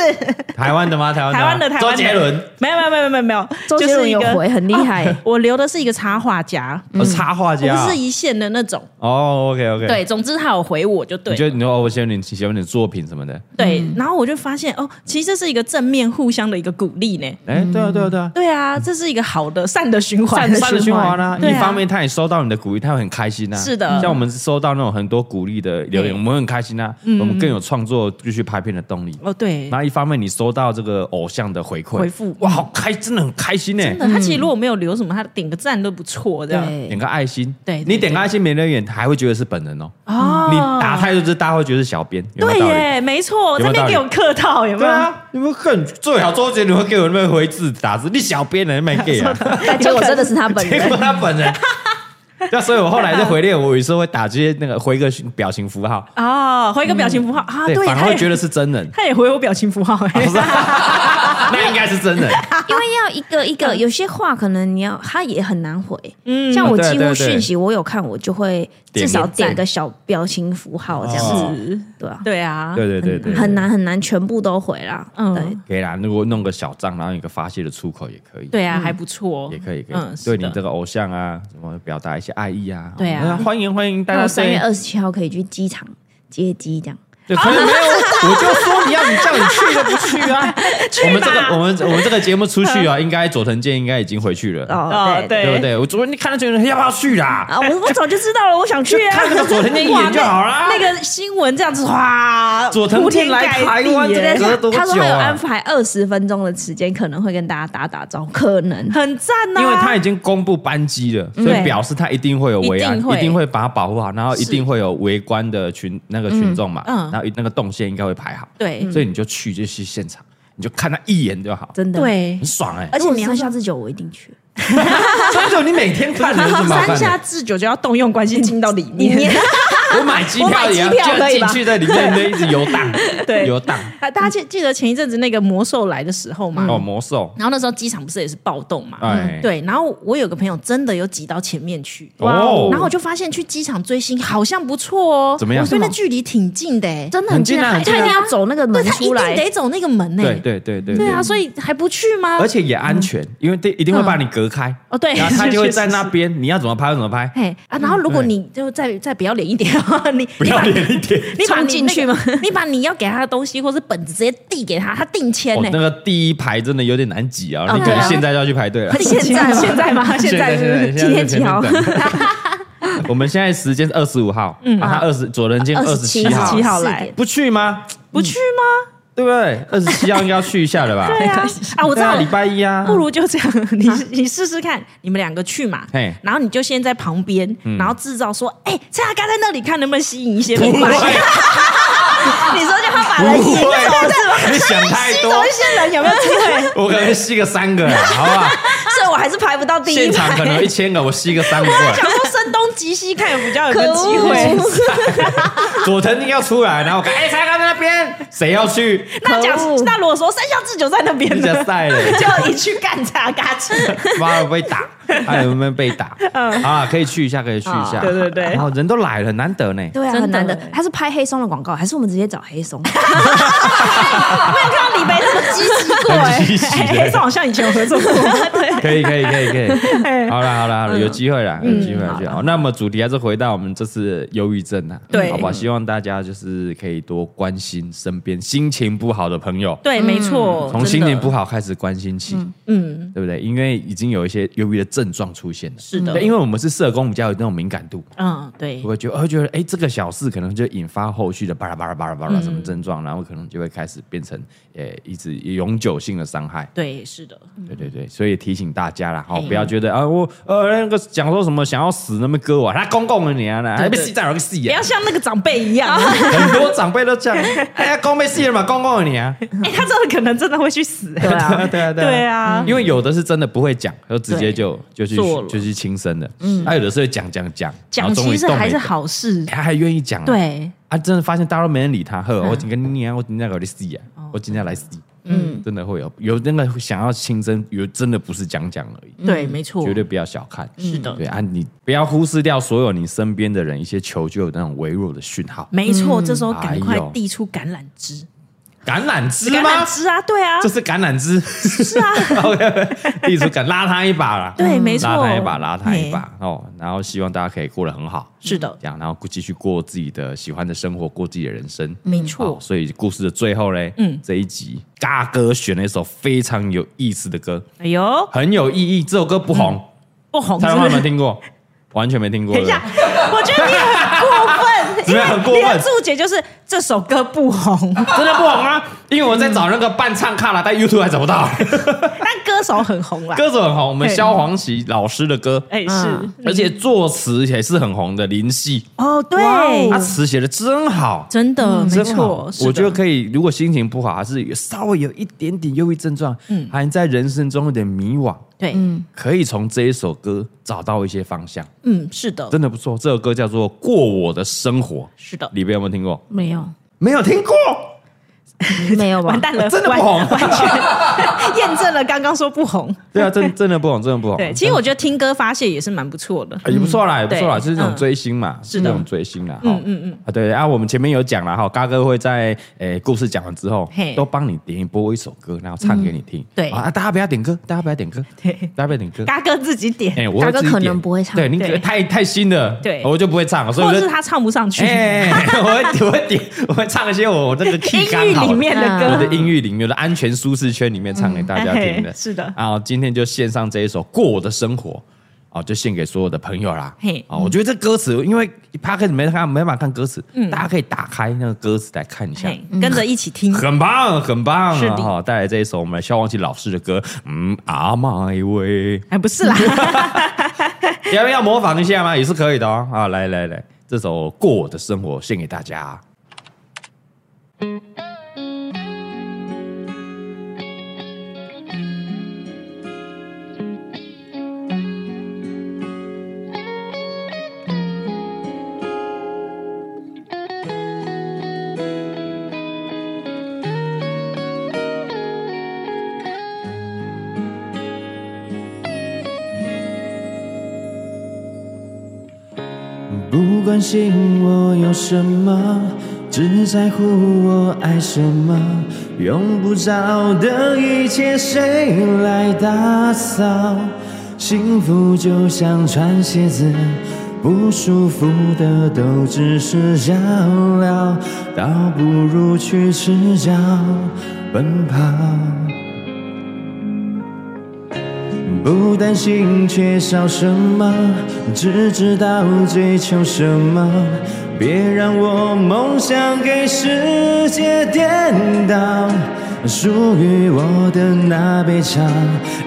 [SPEAKER 2] 台湾的吗？台湾
[SPEAKER 3] 台湾的台湾的
[SPEAKER 2] 周杰伦，
[SPEAKER 3] 没有没有没有没有没有，
[SPEAKER 4] 周杰伦有
[SPEAKER 3] 就是一个
[SPEAKER 4] 回很厉害
[SPEAKER 3] 哦 我留的是一个插画家，
[SPEAKER 2] 哦插画
[SPEAKER 3] 我
[SPEAKER 2] 家啊
[SPEAKER 3] 不是。一线的那种。
[SPEAKER 2] 哦，OK OK，
[SPEAKER 3] 对，，总之他有回我就对
[SPEAKER 2] 你嗯
[SPEAKER 3] 了。
[SPEAKER 2] 觉得你说哦，我喜欢你喜欢你的作品什么的？
[SPEAKER 3] 对，然后我就发现哦，其实这是一个正面互相的一个鼓励呢。
[SPEAKER 2] 哎，对啊对啊对啊，
[SPEAKER 3] 对啊，这是一个好的善的循环，
[SPEAKER 2] 善的循环啊！
[SPEAKER 3] 对
[SPEAKER 2] 一
[SPEAKER 3] 啊
[SPEAKER 2] 方面他也收到你的鼓励，他会很开心啊。
[SPEAKER 3] 是的
[SPEAKER 2] 像我们收到那种很多鼓励的留言，我
[SPEAKER 3] 对嗯
[SPEAKER 2] 们会很开心啊，我们更有创作继续拍片的动力。
[SPEAKER 3] 哦，对，
[SPEAKER 2] 然后一方面你收到这个偶像的回馈
[SPEAKER 3] 回复
[SPEAKER 2] 哇，好开，真的很开心呢、
[SPEAKER 3] 真的，他其实如果没有留什么，他点个赞都不错的。
[SPEAKER 2] 点个爱心，
[SPEAKER 3] 对对
[SPEAKER 2] 你点个爱心没人眼，还会觉得是本人哦。
[SPEAKER 3] 哦
[SPEAKER 2] 你打太多字，大家会觉得是小编，有没
[SPEAKER 3] 对
[SPEAKER 2] 有道理？
[SPEAKER 3] 耶，没错，
[SPEAKER 2] 有没
[SPEAKER 3] 这
[SPEAKER 2] 有
[SPEAKER 3] 边
[SPEAKER 2] 道理
[SPEAKER 3] 给我客套有没
[SPEAKER 2] 对
[SPEAKER 3] 有？
[SPEAKER 2] 啊，你们很最好周杰伦会给我那边回字打字，你小编呢没给啊？
[SPEAKER 4] 但 结果真的是他本
[SPEAKER 2] 结
[SPEAKER 4] 人
[SPEAKER 2] 果。他本人，那所以我后来就回练，我有时候会打这些那个回个表情符号，
[SPEAKER 3] 哦，回一个表情符号啊，对，
[SPEAKER 2] 嗯反而
[SPEAKER 3] 他
[SPEAKER 2] 会
[SPEAKER 3] 也，
[SPEAKER 2] 觉得是啊真人
[SPEAKER 3] 他也回我表情符号， 哎
[SPEAKER 2] 那应该是真人。
[SPEAKER 4] 因为要一个 一个，有些话可能你要，他也很难回。嗯，像我
[SPEAKER 2] 对
[SPEAKER 4] 几
[SPEAKER 2] 对
[SPEAKER 4] 乎
[SPEAKER 2] 对
[SPEAKER 4] 讯息，我有看，我就会至
[SPEAKER 2] 点
[SPEAKER 4] 少
[SPEAKER 2] 个赞
[SPEAKER 4] 点个小表情符号这样子，对啊，
[SPEAKER 3] 对啊，
[SPEAKER 2] 对对对对，
[SPEAKER 4] 很难很难全部都回啦。
[SPEAKER 3] 嗯
[SPEAKER 4] 对，
[SPEAKER 2] 可以啦。如果弄个小账，然后有个发泄的出口也可以。
[SPEAKER 3] 对啊，还不错，
[SPEAKER 2] 嗯也可以，可以、
[SPEAKER 3] 嗯，
[SPEAKER 2] 对
[SPEAKER 3] 是
[SPEAKER 2] 你这
[SPEAKER 3] 的，
[SPEAKER 2] 个偶像啊，什么表达一些爱意啊，
[SPEAKER 3] 对啊
[SPEAKER 2] 那欢迎欢迎大
[SPEAKER 4] 那
[SPEAKER 2] 家
[SPEAKER 4] 我三
[SPEAKER 2] 对
[SPEAKER 4] 月二十七号可以去机场接机，这样
[SPEAKER 2] 对，可以没 有，我就说你要你叫你去都不去啊，我们这个我们我们这个节目出去啊，应该佐藤健应该已经回去了，
[SPEAKER 3] 嗯哦
[SPEAKER 4] 对，
[SPEAKER 2] 对不
[SPEAKER 3] 对
[SPEAKER 2] 对？我昨天看到这个人要不要去啦？
[SPEAKER 4] 啊，我我早就知道了，我想去 啊，
[SPEAKER 2] 看那个佐藤健一眼就好啦
[SPEAKER 3] 哇。 那那个新闻这样子哇，
[SPEAKER 2] 佐藤健来台湾
[SPEAKER 3] 铺天盖地耶
[SPEAKER 2] 这个隔多久啊
[SPEAKER 4] 他说他有安排二十分钟的时间，可能会跟大家打打招呼，可能
[SPEAKER 3] 很赞啊呐，
[SPEAKER 2] 因为他已经公布班机了，所以
[SPEAKER 3] 对
[SPEAKER 2] 表示他一定会有维安，
[SPEAKER 3] 一定会
[SPEAKER 2] 一定会把它保护好，然后一定会有围观的群那个群众嘛，
[SPEAKER 3] 嗯嗯
[SPEAKER 2] 然后那个动线应该会排好，
[SPEAKER 3] 对
[SPEAKER 2] 所以你就去就去现场，你就看他一眼就好，
[SPEAKER 4] 真的。
[SPEAKER 3] 对
[SPEAKER 2] 很爽哎
[SPEAKER 4] 而且你要下次酒，我一定去。
[SPEAKER 2] 三九，你每天看你有什么好
[SPEAKER 3] 三
[SPEAKER 2] 看
[SPEAKER 3] 下
[SPEAKER 2] 的？
[SPEAKER 3] 智久就要动用关系进到里面，
[SPEAKER 2] 我买机票也要
[SPEAKER 6] 我买机票
[SPEAKER 2] 就
[SPEAKER 6] 可以
[SPEAKER 2] 进
[SPEAKER 6] 吧
[SPEAKER 2] 去在里面就一直游荡，
[SPEAKER 3] 对
[SPEAKER 2] 游荡。
[SPEAKER 3] 啊， 大家记记得前一阵子那个魔兽来的时候嘛，
[SPEAKER 2] 哦，魔兽，
[SPEAKER 3] 然后那时候机场不是也是暴动嘛，
[SPEAKER 2] 哎，，
[SPEAKER 3] 对，然后我有个朋友真的有挤到前面去，
[SPEAKER 2] 哦，
[SPEAKER 3] 然后我就发现去机场追星好像不错哦，
[SPEAKER 2] 怎么样
[SPEAKER 3] 我觉得那距离挺近的哎，
[SPEAKER 4] 真的
[SPEAKER 2] 很
[SPEAKER 4] 近
[SPEAKER 2] 近啊
[SPEAKER 4] 他
[SPEAKER 2] 很
[SPEAKER 4] 他
[SPEAKER 2] 近啊
[SPEAKER 4] 一定要走那个
[SPEAKER 3] 对
[SPEAKER 4] 门
[SPEAKER 3] 他一
[SPEAKER 4] 出
[SPEAKER 3] 定
[SPEAKER 4] 来，
[SPEAKER 3] 得走那个门呢，欸
[SPEAKER 2] 对对对对
[SPEAKER 3] 嗯对啊，所以还不去吗？
[SPEAKER 2] 而且也安全，因为对，一定会把你隔开，
[SPEAKER 3] 哦对，
[SPEAKER 2] 然后他就会在
[SPEAKER 3] 是
[SPEAKER 2] 那。边，你要怎么拍就怎么 拍，
[SPEAKER 3] 哎啊，然后如果
[SPEAKER 2] 对
[SPEAKER 3] 你就再再不要脸一点，你
[SPEAKER 2] 不要脸一点。
[SPEAKER 3] 你把
[SPEAKER 4] 冲
[SPEAKER 3] 你
[SPEAKER 4] 进
[SPEAKER 3] 那
[SPEAKER 4] 去
[SPEAKER 3] 个
[SPEAKER 4] 吗？
[SPEAKER 3] 你把你要给他的东西或是本子直接递给他，他定签
[SPEAKER 2] 哦，
[SPEAKER 3] 呢
[SPEAKER 2] 那。个第一排真的有点难挤啊，
[SPEAKER 4] 哦
[SPEAKER 2] 你可
[SPEAKER 4] 对
[SPEAKER 2] 能
[SPEAKER 4] 啊
[SPEAKER 2] 现在就要去排队了。
[SPEAKER 4] 现在吗
[SPEAKER 6] 现在吗？现在是不是
[SPEAKER 2] 现在
[SPEAKER 4] 今天几号？
[SPEAKER 2] 现在现在 我们现在时间是二十五号，啊他二十左仁间二十七
[SPEAKER 3] 27
[SPEAKER 2] 号
[SPEAKER 3] 号，来
[SPEAKER 4] 来，
[SPEAKER 2] 不去吗？
[SPEAKER 3] 不去吗？
[SPEAKER 2] 对不对？二十七号应该要去一下了吧？
[SPEAKER 3] 对啊，啊，我知
[SPEAKER 2] 对啊，
[SPEAKER 3] 道
[SPEAKER 2] 礼，拜一啊，
[SPEAKER 3] 不如就这样，你
[SPEAKER 4] 啊
[SPEAKER 3] 你试试看，你们两个去嘛
[SPEAKER 2] 嘿，嗯
[SPEAKER 3] 然后你就先在旁边，然后制造说，哎，蔡阿刚在那里看能不能吸引一些人
[SPEAKER 2] 不
[SPEAKER 3] 来。
[SPEAKER 2] 会
[SPEAKER 4] 啊
[SPEAKER 3] 你说就他把
[SPEAKER 2] 不
[SPEAKER 3] 人吸走，
[SPEAKER 2] 会，你想太多，
[SPEAKER 3] 一些人有没有机会？
[SPEAKER 2] 我可能吸个三个，好不好？
[SPEAKER 3] 所以我还是排不到第一
[SPEAKER 2] 现场
[SPEAKER 3] 排。
[SPEAKER 2] 可能一千个，我吸个三个过来。
[SPEAKER 3] 想说声东击西，看有比较有没有机
[SPEAKER 4] 可
[SPEAKER 3] 会。
[SPEAKER 2] 佐藤定要出来，然后我看，哎，蔡康在那边，谁要去？
[SPEAKER 3] 那讲
[SPEAKER 4] 可恶
[SPEAKER 3] 那如果说三校智久在那边
[SPEAKER 2] 人
[SPEAKER 3] 呢
[SPEAKER 2] 家？赛了，
[SPEAKER 3] 就一去干茶嘎吃，
[SPEAKER 2] 妈的被打，还有没有被打？啊，可以去一下，可以去一下。
[SPEAKER 3] 对对对
[SPEAKER 2] 然后人都来了，很难得呢。
[SPEAKER 4] 对啊，
[SPEAKER 6] 真的
[SPEAKER 4] 很难的
[SPEAKER 6] 欸。
[SPEAKER 4] 他是拍黑松的广告，还是我们直接找黑松？
[SPEAKER 3] 没有看到李梅这么积极 过哎、
[SPEAKER 2] 很积极
[SPEAKER 3] 哎黑松好像以前有合作过， 哎嗯对，
[SPEAKER 2] 可以可以可以可以，好了好了好了，有机会了，有机会
[SPEAKER 3] 嗯
[SPEAKER 2] 了。好，那么主题还是回到我们这次忧郁症啊，
[SPEAKER 3] 对
[SPEAKER 2] 好吧，希望大家就是可以多关心身边心情不好的朋友，
[SPEAKER 3] 对，哎
[SPEAKER 4] 嗯
[SPEAKER 3] 没 错，
[SPEAKER 2] 嗯从心
[SPEAKER 3] 真的
[SPEAKER 2] 情不，好开始关心起，
[SPEAKER 3] 嗯，
[SPEAKER 2] 对不对？因为已经有一些忧郁的症状出现了，
[SPEAKER 3] 是的
[SPEAKER 2] 对因为我们是社工，比较有那种敏感度，
[SPEAKER 3] 嗯，对
[SPEAKER 2] 我，会觉得，我会觉得，哎，这个小事可能就引发后续的巴拉巴拉巴拉巴拉
[SPEAKER 3] 嗯
[SPEAKER 2] 什么症状，然后可能就会开始变成，呃，一直永久性的伤害。
[SPEAKER 3] 对，是的，
[SPEAKER 2] 对对对，所以提醒大家
[SPEAKER 3] 哎
[SPEAKER 2] 啦，哦，不要觉得啊，我呃那个讲说什么想要死那么割我，他公公的你啊，那还被戏再有个戏
[SPEAKER 3] 不要
[SPEAKER 2] 啊，
[SPEAKER 3] 像那个长辈一样，
[SPEAKER 4] 啊
[SPEAKER 3] 啊
[SPEAKER 2] 很多长辈都这 样，哎呀，公被戏了嘛，公公的你啊，
[SPEAKER 3] 哎、他真的可能真的会去死、
[SPEAKER 2] 对啊对啊
[SPEAKER 3] 对啊
[SPEAKER 2] 因为有的是真的不会讲，就直接就就去
[SPEAKER 3] 做了
[SPEAKER 2] 就去轻生的，嗯，还有的是会讲讲讲，然
[SPEAKER 3] 讲
[SPEAKER 2] 后终
[SPEAKER 3] 其
[SPEAKER 2] 于
[SPEAKER 3] 实
[SPEAKER 2] 动了
[SPEAKER 3] 还
[SPEAKER 2] 一
[SPEAKER 3] 是
[SPEAKER 2] 个，
[SPEAKER 3] 好事，
[SPEAKER 2] 他还愿意讲啊，
[SPEAKER 3] 对，嗯
[SPEAKER 2] 啊，真的发现大家都没人理他，呵，我今天你啊，我今天来死啊，
[SPEAKER 3] 哦
[SPEAKER 2] 我今天来死，嗯，真的会有有那个想要轻生，有真的不是讲讲而已，
[SPEAKER 3] 对，没错，
[SPEAKER 2] 绝对不要小看，
[SPEAKER 3] 嗯是的
[SPEAKER 2] 对啊，你不要忽视掉所有你身边的人一些求救的那种微弱的讯号，
[SPEAKER 3] 没错，这时候赶
[SPEAKER 2] 哎
[SPEAKER 3] 快
[SPEAKER 2] 呦
[SPEAKER 3] 递出橄榄枝，
[SPEAKER 2] 橄榄枝
[SPEAKER 3] 橄
[SPEAKER 2] 吗
[SPEAKER 3] 榄？枝啊，对啊
[SPEAKER 2] 这，是橄榄枝，是啊 ，OK，立足感拉他一把啦，
[SPEAKER 3] 对， 没错，
[SPEAKER 2] 嗯拉他一把，拉他一把哦，然后希望大家可以过得很好，
[SPEAKER 3] 是的，
[SPEAKER 2] 这样，然后继续过自己的喜欢的生活，过自己的人生，
[SPEAKER 3] 没
[SPEAKER 2] 好
[SPEAKER 3] 错，
[SPEAKER 2] 所以故事的最后嘞，嗯
[SPEAKER 3] 嗯，
[SPEAKER 2] 这一集嘎哥选了一首非常有意思的歌，
[SPEAKER 3] 哎呦，
[SPEAKER 2] 很有意义。这首歌不红，
[SPEAKER 3] 不红
[SPEAKER 2] 蔡
[SPEAKER 3] 是
[SPEAKER 2] 龙
[SPEAKER 3] 嗯不
[SPEAKER 2] 有
[SPEAKER 3] 是
[SPEAKER 2] 没有？听过？完全没 听过。
[SPEAKER 3] 等一下
[SPEAKER 2] 对不，
[SPEAKER 3] 我觉得你 很过分，
[SPEAKER 2] 怎么
[SPEAKER 3] 因为
[SPEAKER 2] 样很过分
[SPEAKER 3] 你的注解就是这首歌不 红，
[SPEAKER 2] 对真的不红啊！因为我在找那个伴唱卡拉，但 YouTube 还找不到。
[SPEAKER 3] 但歌手很红啦。
[SPEAKER 2] 歌嗯手很红，我们
[SPEAKER 3] 对
[SPEAKER 2] 萧煌奇老师的歌，
[SPEAKER 3] 哎，是
[SPEAKER 2] 而且作词也是很红的，林夕，
[SPEAKER 3] 哦，嗯对
[SPEAKER 2] 他，词写的真好。
[SPEAKER 3] 真的没
[SPEAKER 2] 啊真好
[SPEAKER 3] 错，
[SPEAKER 2] 我觉得可以。如果心情不好，还是有稍微有一点点忧郁症状，还在人生中有点迷惘，
[SPEAKER 3] 嗯对，
[SPEAKER 4] 嗯
[SPEAKER 2] 可以从这一首歌找到一些方向，
[SPEAKER 3] 嗯，是的，
[SPEAKER 2] 真的不错。这首歌叫做《过我的生活
[SPEAKER 3] 是的》，，
[SPEAKER 2] 里边有没有听过？
[SPEAKER 4] 没有，
[SPEAKER 2] 没有听过，
[SPEAKER 4] 没有吧
[SPEAKER 3] 完？蛋了，
[SPEAKER 2] 哦真的
[SPEAKER 3] 完
[SPEAKER 2] 不红
[SPEAKER 3] 完全验证了刚刚说不红。
[SPEAKER 2] 对啊，真真的不红，真的不红。
[SPEAKER 3] 对，其实我觉得听歌发泄也是蛮不错的。
[SPEAKER 2] 啊也不错啦，也不错啦，
[SPEAKER 3] 对
[SPEAKER 2] 就是那种追星嘛，是
[SPEAKER 3] 的
[SPEAKER 2] 那种追星啦。嗯嗯嗯，啊对啊，我们前面有讲了哈，嘎哥会在诶故事讲完之后
[SPEAKER 3] 嘿，
[SPEAKER 2] 都帮你点播一首歌，然后唱给你听。
[SPEAKER 3] 对
[SPEAKER 2] 啊，大家不要点歌，大家不要点歌，
[SPEAKER 3] 对
[SPEAKER 2] 大家不要点歌。
[SPEAKER 3] 嘎哥自己点，
[SPEAKER 2] 哎，我
[SPEAKER 4] 嘎
[SPEAKER 2] 会
[SPEAKER 4] 哥
[SPEAKER 2] 自己
[SPEAKER 4] 可能
[SPEAKER 2] 点
[SPEAKER 4] 不会唱
[SPEAKER 2] 对，你
[SPEAKER 3] 对
[SPEAKER 2] 太太新了，
[SPEAKER 3] 对
[SPEAKER 2] 我就不会唱，所以
[SPEAKER 3] 或
[SPEAKER 2] 我
[SPEAKER 3] 者
[SPEAKER 2] 就是
[SPEAKER 3] 他唱不上去，
[SPEAKER 2] 哎、 我会我会点，我会唱一些我我这个 key
[SPEAKER 3] 音
[SPEAKER 2] 刚
[SPEAKER 3] 域
[SPEAKER 2] 哎好
[SPEAKER 3] 里面的
[SPEAKER 2] 我的
[SPEAKER 3] 歌，
[SPEAKER 2] 音域里面我的安全舒适圈里面唱给大家听的。
[SPEAKER 3] 哎是的
[SPEAKER 2] 啊，今天就献上这一首《过我的生活》。哦，就献给所有的朋友啦。
[SPEAKER 3] 嘿
[SPEAKER 2] 哦，我觉得这歌词，因为 p a 始没看，没办法看歌词，大家可以打开那个歌词来看一下，
[SPEAKER 3] 嗯嘿跟着一起听。
[SPEAKER 2] 很棒，很棒
[SPEAKER 3] 是
[SPEAKER 2] 啊！
[SPEAKER 3] 的
[SPEAKER 2] 哈，带来这一首我们萧煌奇老师的歌，嗯，Are My Way，
[SPEAKER 3] 哎，不是 啦，
[SPEAKER 2] 要不要模仿一下吗？也是可以的哦。啊，来来来，这首《过我的生活》献给大家。不关心我有什么，只在乎我爱什么。用不着的一切，谁来打扫？幸福就像穿鞋子，不舒服的都只是笑料，倒不如去赤脚奔跑。不担心缺少什么，只知道追求什么。别让我梦想给世界颠倒，属于我的那杯茶，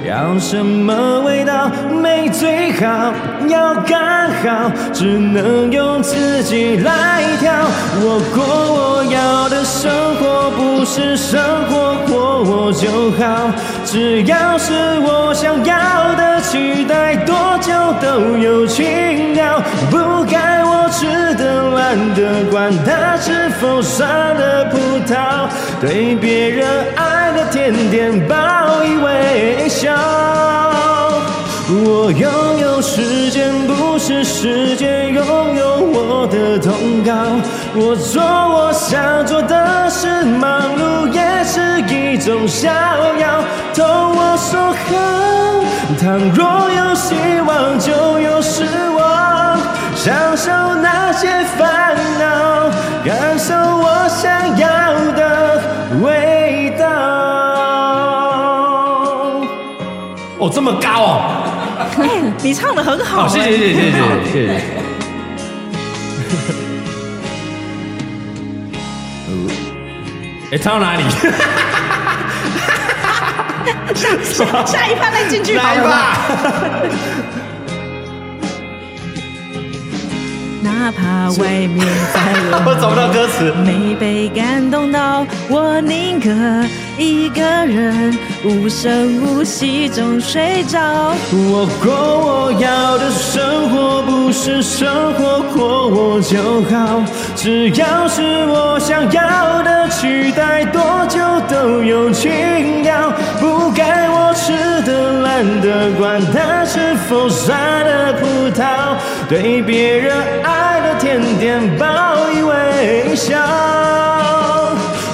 [SPEAKER 2] 要什么味道？没最好，要刚好，只能用自己来调。我过我要的生活，不是生活过我就好，只要是我想要的，期待多久都有情调，不该我吃的懒得管它是否酸的葡萄，对别人爱的甜点报以微笑。我拥有时间，不是时间拥有我的通告。我做我想做的事，忙碌也是一种逍遥。投我所好，倘若有希望，就有失望。享受那些烦恼，感受我想要的味道。
[SPEAKER 4] 哦，这么高哦！
[SPEAKER 3] 你唱的很
[SPEAKER 2] 哦
[SPEAKER 3] 好、
[SPEAKER 4] 好，哦谢谢谢谢谢谢谢谢。 哎，唱到哪里？
[SPEAKER 3] 下一趴 再进去好
[SPEAKER 4] 来
[SPEAKER 3] 了。
[SPEAKER 4] 吧。
[SPEAKER 3] 哪怕外面再冷，
[SPEAKER 4] 我找不到歌词。
[SPEAKER 3] 没被感动到，我宁可一个人无声无息中睡着。
[SPEAKER 2] 我过我要的生活，不是生活过我就好。只要是我想要的，期待多久都有情调。不该我吃的，懒得管它是否酸的葡萄，对别人爱的甜点报以微笑。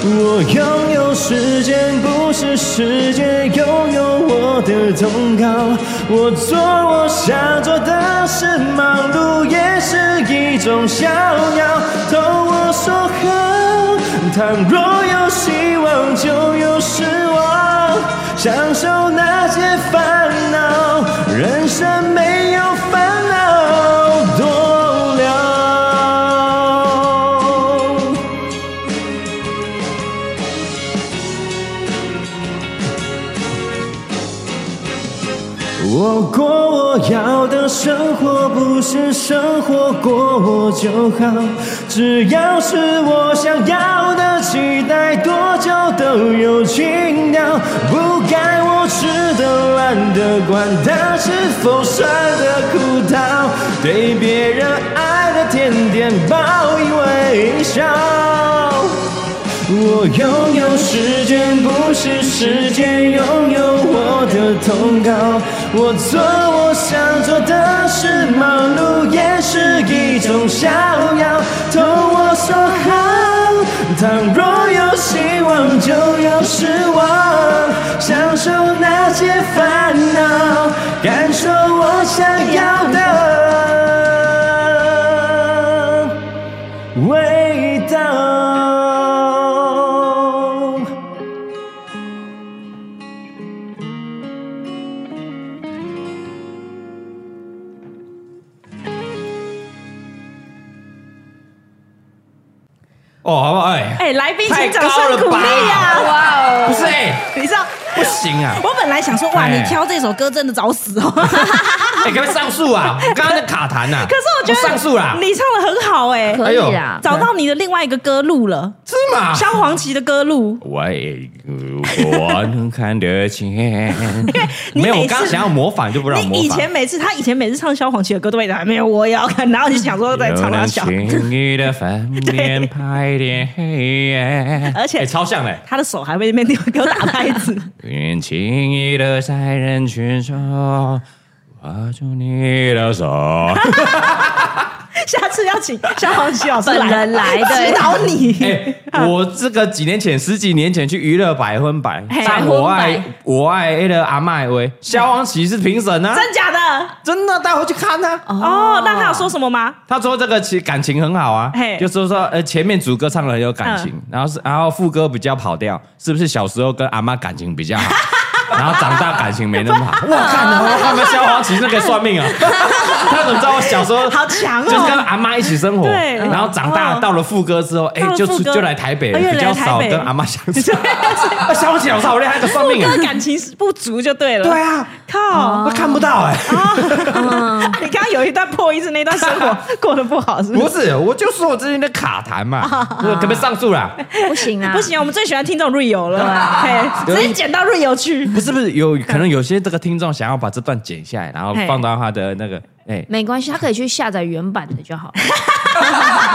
[SPEAKER 2] 我拥有时间，不是世界拥有我的通告。我做我想做的事，忙碌也是一种逍遥。投我所好，倘若有希望，就有失望。享受那些烦恼，人生没有烦恼多了。我过我要的生活，不是生活过我就好。只要是我想要的，期待多久都有情调。不该我吃的，懒得管它是否酸的苦萄，对别人爱的甜点报以微笑。我拥有时间，不是时间拥有我的通告。我做我想做的事，忙碌也是一种逍遥。投我所好，倘若有希望，就有失望。享受那些烦恼，感受我想要的。味道。
[SPEAKER 4] 哦，好不好？哎，
[SPEAKER 3] 哎，来宾
[SPEAKER 4] 太
[SPEAKER 3] 请掌
[SPEAKER 4] 高
[SPEAKER 3] 声
[SPEAKER 4] 了
[SPEAKER 3] 鼓
[SPEAKER 4] 吧
[SPEAKER 3] 励呀、啊！哇哦，
[SPEAKER 4] 不是哎，
[SPEAKER 3] 你知道。
[SPEAKER 4] 不 行啊！
[SPEAKER 3] 我本来想说，哇，
[SPEAKER 4] 哎
[SPEAKER 3] 你挑这首歌真的找死哦！
[SPEAKER 4] 哎，可不可以上诉啊？我刚刚在卡痰呐。
[SPEAKER 3] 可是我觉得
[SPEAKER 4] 上诉啦。
[SPEAKER 3] 你唱的很好哎、
[SPEAKER 7] 可以啦。
[SPEAKER 3] 找到你的另外一个歌路了，
[SPEAKER 4] 是吗？
[SPEAKER 3] 萧煌奇的歌路。
[SPEAKER 4] 我也如果能看得见，
[SPEAKER 3] 你
[SPEAKER 4] 没有，
[SPEAKER 3] 每
[SPEAKER 4] 我刚刚
[SPEAKER 3] 次
[SPEAKER 4] 想要模仿就不让我模
[SPEAKER 3] 你
[SPEAKER 4] 仿。
[SPEAKER 3] 以前每次他以前每次唱萧煌奇的歌都会没有我也要看，然后你想说在唱他
[SPEAKER 4] 能
[SPEAKER 3] 小，
[SPEAKER 4] 轻易的翻面拍点黑夜，
[SPEAKER 3] 而且
[SPEAKER 4] 哎超像嘞，
[SPEAKER 3] 他的手还会那边给我打拍子。
[SPEAKER 4] 愿轻易的在人群中握住你的手。
[SPEAKER 3] 下次要请萧煌奇老师
[SPEAKER 4] 本人来对
[SPEAKER 3] 指导你。
[SPEAKER 2] 哎、我这个几年前、十几年前去娱乐百分百，
[SPEAKER 4] 嘿
[SPEAKER 2] 上我
[SPEAKER 4] 百
[SPEAKER 2] 爱
[SPEAKER 4] 分
[SPEAKER 2] 我爱 A 的阿麦威，萧煌奇是评审啊，
[SPEAKER 3] 真假 的？
[SPEAKER 2] 真的带回去看啊。
[SPEAKER 3] 哦，那他有说什么 吗？
[SPEAKER 2] 他说这个其感情很好啊
[SPEAKER 3] 嘿，嗯
[SPEAKER 2] 就是说呃前面主歌唱的很有感情，然后是然后副歌比较跑调，是不是小时候跟阿妈感情比 较好？然后长大感情没那么好，我看了，我看了萧煌奇那个算 命啊，他怎么知道我小时候
[SPEAKER 3] 好强哦
[SPEAKER 2] 就是跟阿妈一起生活，
[SPEAKER 3] 对
[SPEAKER 2] 然后长大
[SPEAKER 3] 哦
[SPEAKER 2] 到了副歌之后，哎
[SPEAKER 3] 到，了
[SPEAKER 2] 就
[SPEAKER 3] 副
[SPEAKER 2] 出
[SPEAKER 3] 歌
[SPEAKER 2] 就来台北了
[SPEAKER 3] 哦又来，
[SPEAKER 2] 比较少
[SPEAKER 3] 台北
[SPEAKER 2] 跟阿妈相 处。啊萧煌奇老师好厉害，他算命啊，
[SPEAKER 3] 哥感情不足就对了。
[SPEAKER 2] 对，啊，
[SPEAKER 3] 靠！
[SPEAKER 2] 他看不到 哎。
[SPEAKER 3] 你刚刚有一段破音，是那段生活嗯 过得不好，是不
[SPEAKER 2] 不
[SPEAKER 3] 是？
[SPEAKER 2] 是，我就说我最近的卡痰 嘛，可不可以上诉啦？
[SPEAKER 4] 不行啊，
[SPEAKER 3] 不，行，我们最喜欢听这种 real 了，嘿，直接剪到 real 去。
[SPEAKER 2] 不是不是，有可能有些这个听众想要把这段剪下来，然后放到他的那个，哎，
[SPEAKER 4] 没关系，他可以去下载原版的就好了。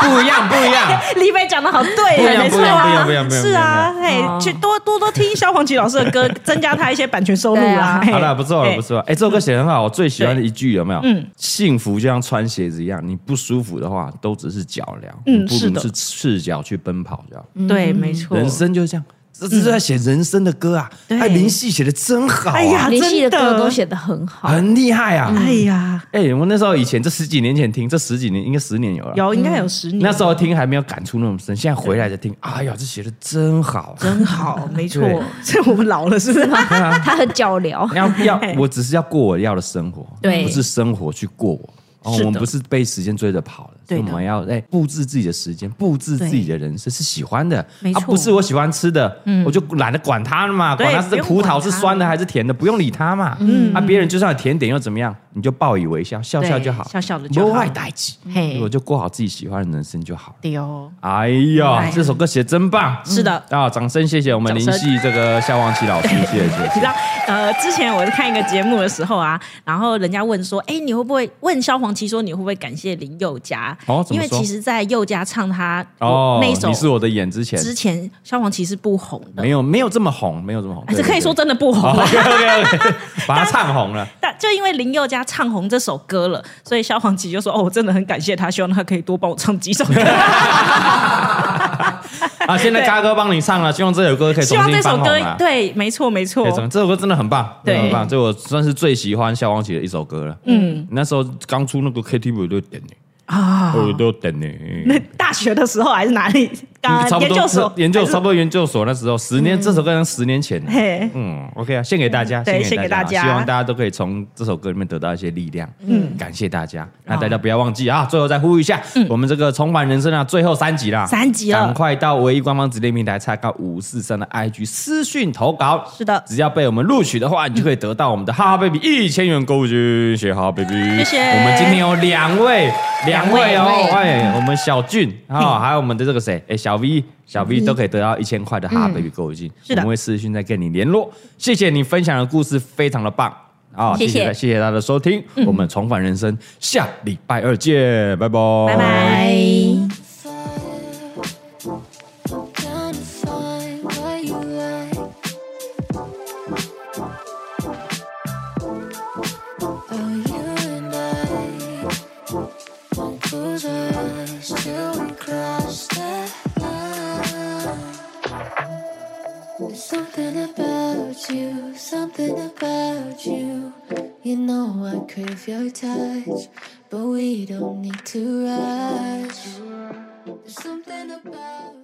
[SPEAKER 2] 不一样，不一样。
[SPEAKER 3] 李北讲的好对
[SPEAKER 2] 不一
[SPEAKER 3] 耶，
[SPEAKER 2] 样
[SPEAKER 3] 没错
[SPEAKER 2] 不一样不一
[SPEAKER 3] 啊
[SPEAKER 2] 样，不一样
[SPEAKER 3] 是啊，
[SPEAKER 2] 不
[SPEAKER 3] 嘿
[SPEAKER 4] 样，
[SPEAKER 3] 去多多多听萧煌奇老师的歌，增加他一些版权收入
[SPEAKER 4] 对
[SPEAKER 3] 啦
[SPEAKER 4] 啊。
[SPEAKER 3] 嘿
[SPEAKER 2] 好了，不错了，
[SPEAKER 3] 嘿
[SPEAKER 2] 不错了。哎，这首歌写得很好，我最喜欢的一句有没有？
[SPEAKER 3] 嗯
[SPEAKER 2] 嗯，幸福就像穿鞋子一样，你不舒服的话，都只是脚镣，
[SPEAKER 3] 嗯
[SPEAKER 2] 你不
[SPEAKER 3] 是
[SPEAKER 2] 如
[SPEAKER 3] 的
[SPEAKER 2] 是赤脚去奔跑就好。
[SPEAKER 3] 对，没错。
[SPEAKER 2] 人生就是这样，这这是在写人生的歌啊。
[SPEAKER 3] 对
[SPEAKER 2] 哎，林夕写的真好
[SPEAKER 3] 哎呀
[SPEAKER 2] 啊，
[SPEAKER 4] 联系的
[SPEAKER 3] 真的
[SPEAKER 4] 歌都写的很 好，
[SPEAKER 2] 很厉害啊。
[SPEAKER 3] 哎呀，
[SPEAKER 2] 哎，我那时候以前这十几年前听，这十几年应该十年有了。
[SPEAKER 3] 有应该有十年，
[SPEAKER 2] 那时候听还没有感触那么深，现在回来再听，哎呀，这写的真好，
[SPEAKER 3] 真好，没错
[SPEAKER 2] 对。
[SPEAKER 3] 所以我们老了，是不是？
[SPEAKER 4] 他很脚镣。
[SPEAKER 2] 要 要，我只是要过我要的生活，
[SPEAKER 4] 对
[SPEAKER 2] 不是生活去过我。哦，
[SPEAKER 3] 是的
[SPEAKER 2] 我们不是被时间追着跑的，所
[SPEAKER 3] 对
[SPEAKER 2] 以
[SPEAKER 3] 的
[SPEAKER 2] 我们要哎布置自己的时间，布置自己的人生是喜欢的，
[SPEAKER 4] 没
[SPEAKER 2] 啊
[SPEAKER 4] 错
[SPEAKER 2] 不是我喜欢吃的，我就懒得管它了嘛，
[SPEAKER 3] 嗯对
[SPEAKER 2] 管它是
[SPEAKER 3] 不用
[SPEAKER 2] 葡
[SPEAKER 3] 管
[SPEAKER 2] 萄
[SPEAKER 3] 它嗯
[SPEAKER 2] 是酸的还是甜的，不用理它嘛。啊，别人就算有甜点又怎么样，你就报以微笑，笑笑
[SPEAKER 3] 对
[SPEAKER 2] 就好，
[SPEAKER 3] 笑笑的就好
[SPEAKER 2] 不坏代志，
[SPEAKER 4] 嘿
[SPEAKER 2] 我就过好自己喜欢的人生就好了。
[SPEAKER 3] 丢，
[SPEAKER 2] 哎呀，这首歌写得真棒！
[SPEAKER 3] 是的
[SPEAKER 2] 啊，掌声谢谢我们林夕这个萧煌奇老师，谢 谢。
[SPEAKER 3] 你知道，呃，之前我在看一个节目的时候啊，然后人家问说，哎，你会不会问萧煌奇说你会不会感谢林宥嘉？
[SPEAKER 2] 哦怎
[SPEAKER 3] 因
[SPEAKER 2] 么
[SPEAKER 3] 为
[SPEAKER 2] 说
[SPEAKER 3] 其实，在宥嘉唱他
[SPEAKER 2] 哦，
[SPEAKER 3] 那一首
[SPEAKER 2] 你是我的眼之前，
[SPEAKER 3] 之前，萧煌奇是不红的
[SPEAKER 2] 没。有哦没有这么红，没有这么红，
[SPEAKER 3] 哎这可以说
[SPEAKER 2] 这
[SPEAKER 3] 真的 不红了，
[SPEAKER 2] OK OK OK，把它唱红了。
[SPEAKER 3] 但就因为林宥嘉唱红这首歌了，所以萧煌奇就说：“哦，我真的很感谢他，希望他可以多帮我唱几首歌。
[SPEAKER 2] 啊，现在嘉哥帮你唱了，希望这首歌可以
[SPEAKER 3] 希
[SPEAKER 2] 重
[SPEAKER 3] 望这
[SPEAKER 2] 新
[SPEAKER 3] 首
[SPEAKER 2] 翻红
[SPEAKER 3] 歌
[SPEAKER 2] 了。
[SPEAKER 3] 对，没错，没错
[SPEAKER 2] 可以，重这首歌真的很棒，
[SPEAKER 3] 对
[SPEAKER 2] 很棒，这我算是最喜欢萧煌奇的一首歌了。嗯，那时候刚出那个 KTV 我都点呢，
[SPEAKER 3] 啊。
[SPEAKER 2] 我都点呢。
[SPEAKER 3] 那 大学的时候还是哪里？啊
[SPEAKER 2] 差，不
[SPEAKER 3] 研
[SPEAKER 2] 多呃
[SPEAKER 3] 究所，
[SPEAKER 2] 研究差不多研究所那时候，十年这首歌好像十年前，
[SPEAKER 3] 嗯嘿，
[SPEAKER 2] 嗯，OK 啊，献给大家，
[SPEAKER 3] 对
[SPEAKER 2] 献给
[SPEAKER 3] 献给大家
[SPEAKER 2] 希望大家都可以从这首歌里面得到一些力量。嗯，感谢大家。那大家不要忘记啊，最后再呼吁一下，我们这个重返人生啊，最后三集啦，
[SPEAKER 3] 嗯三集了
[SPEAKER 2] 赶快到唯一官方指定平台查看五四三的 IG 私讯投稿。
[SPEAKER 3] 是的
[SPEAKER 2] 只要被我们录取的话，你就可以得到我们的哈哈 baby 一千元购物券，谢谢哈哈 baby。
[SPEAKER 3] 谢谢
[SPEAKER 2] 我们今天有两位，两位哦
[SPEAKER 4] 两位，
[SPEAKER 2] 哎，我们小俊啊，还有我们的这个谁，哎，小 V。小 V 都可以得到一千块的哈哈 baby 购物金，
[SPEAKER 3] 是
[SPEAKER 2] 我
[SPEAKER 3] 的
[SPEAKER 2] 们会私讯再跟你联络。谢谢你分享的故事，非常的棒啊！
[SPEAKER 4] 谢谢
[SPEAKER 2] 谢谢大家的收听，我们重返人生，下礼拜二见，拜拜，
[SPEAKER 3] 拜拜
[SPEAKER 4] 拜。
[SPEAKER 1] Gonna find what you like. Oh, you and I won't close our eyes till we cross that line. There's something about you, something about you. You know I crave your touch, but we don't need to rush. There's something about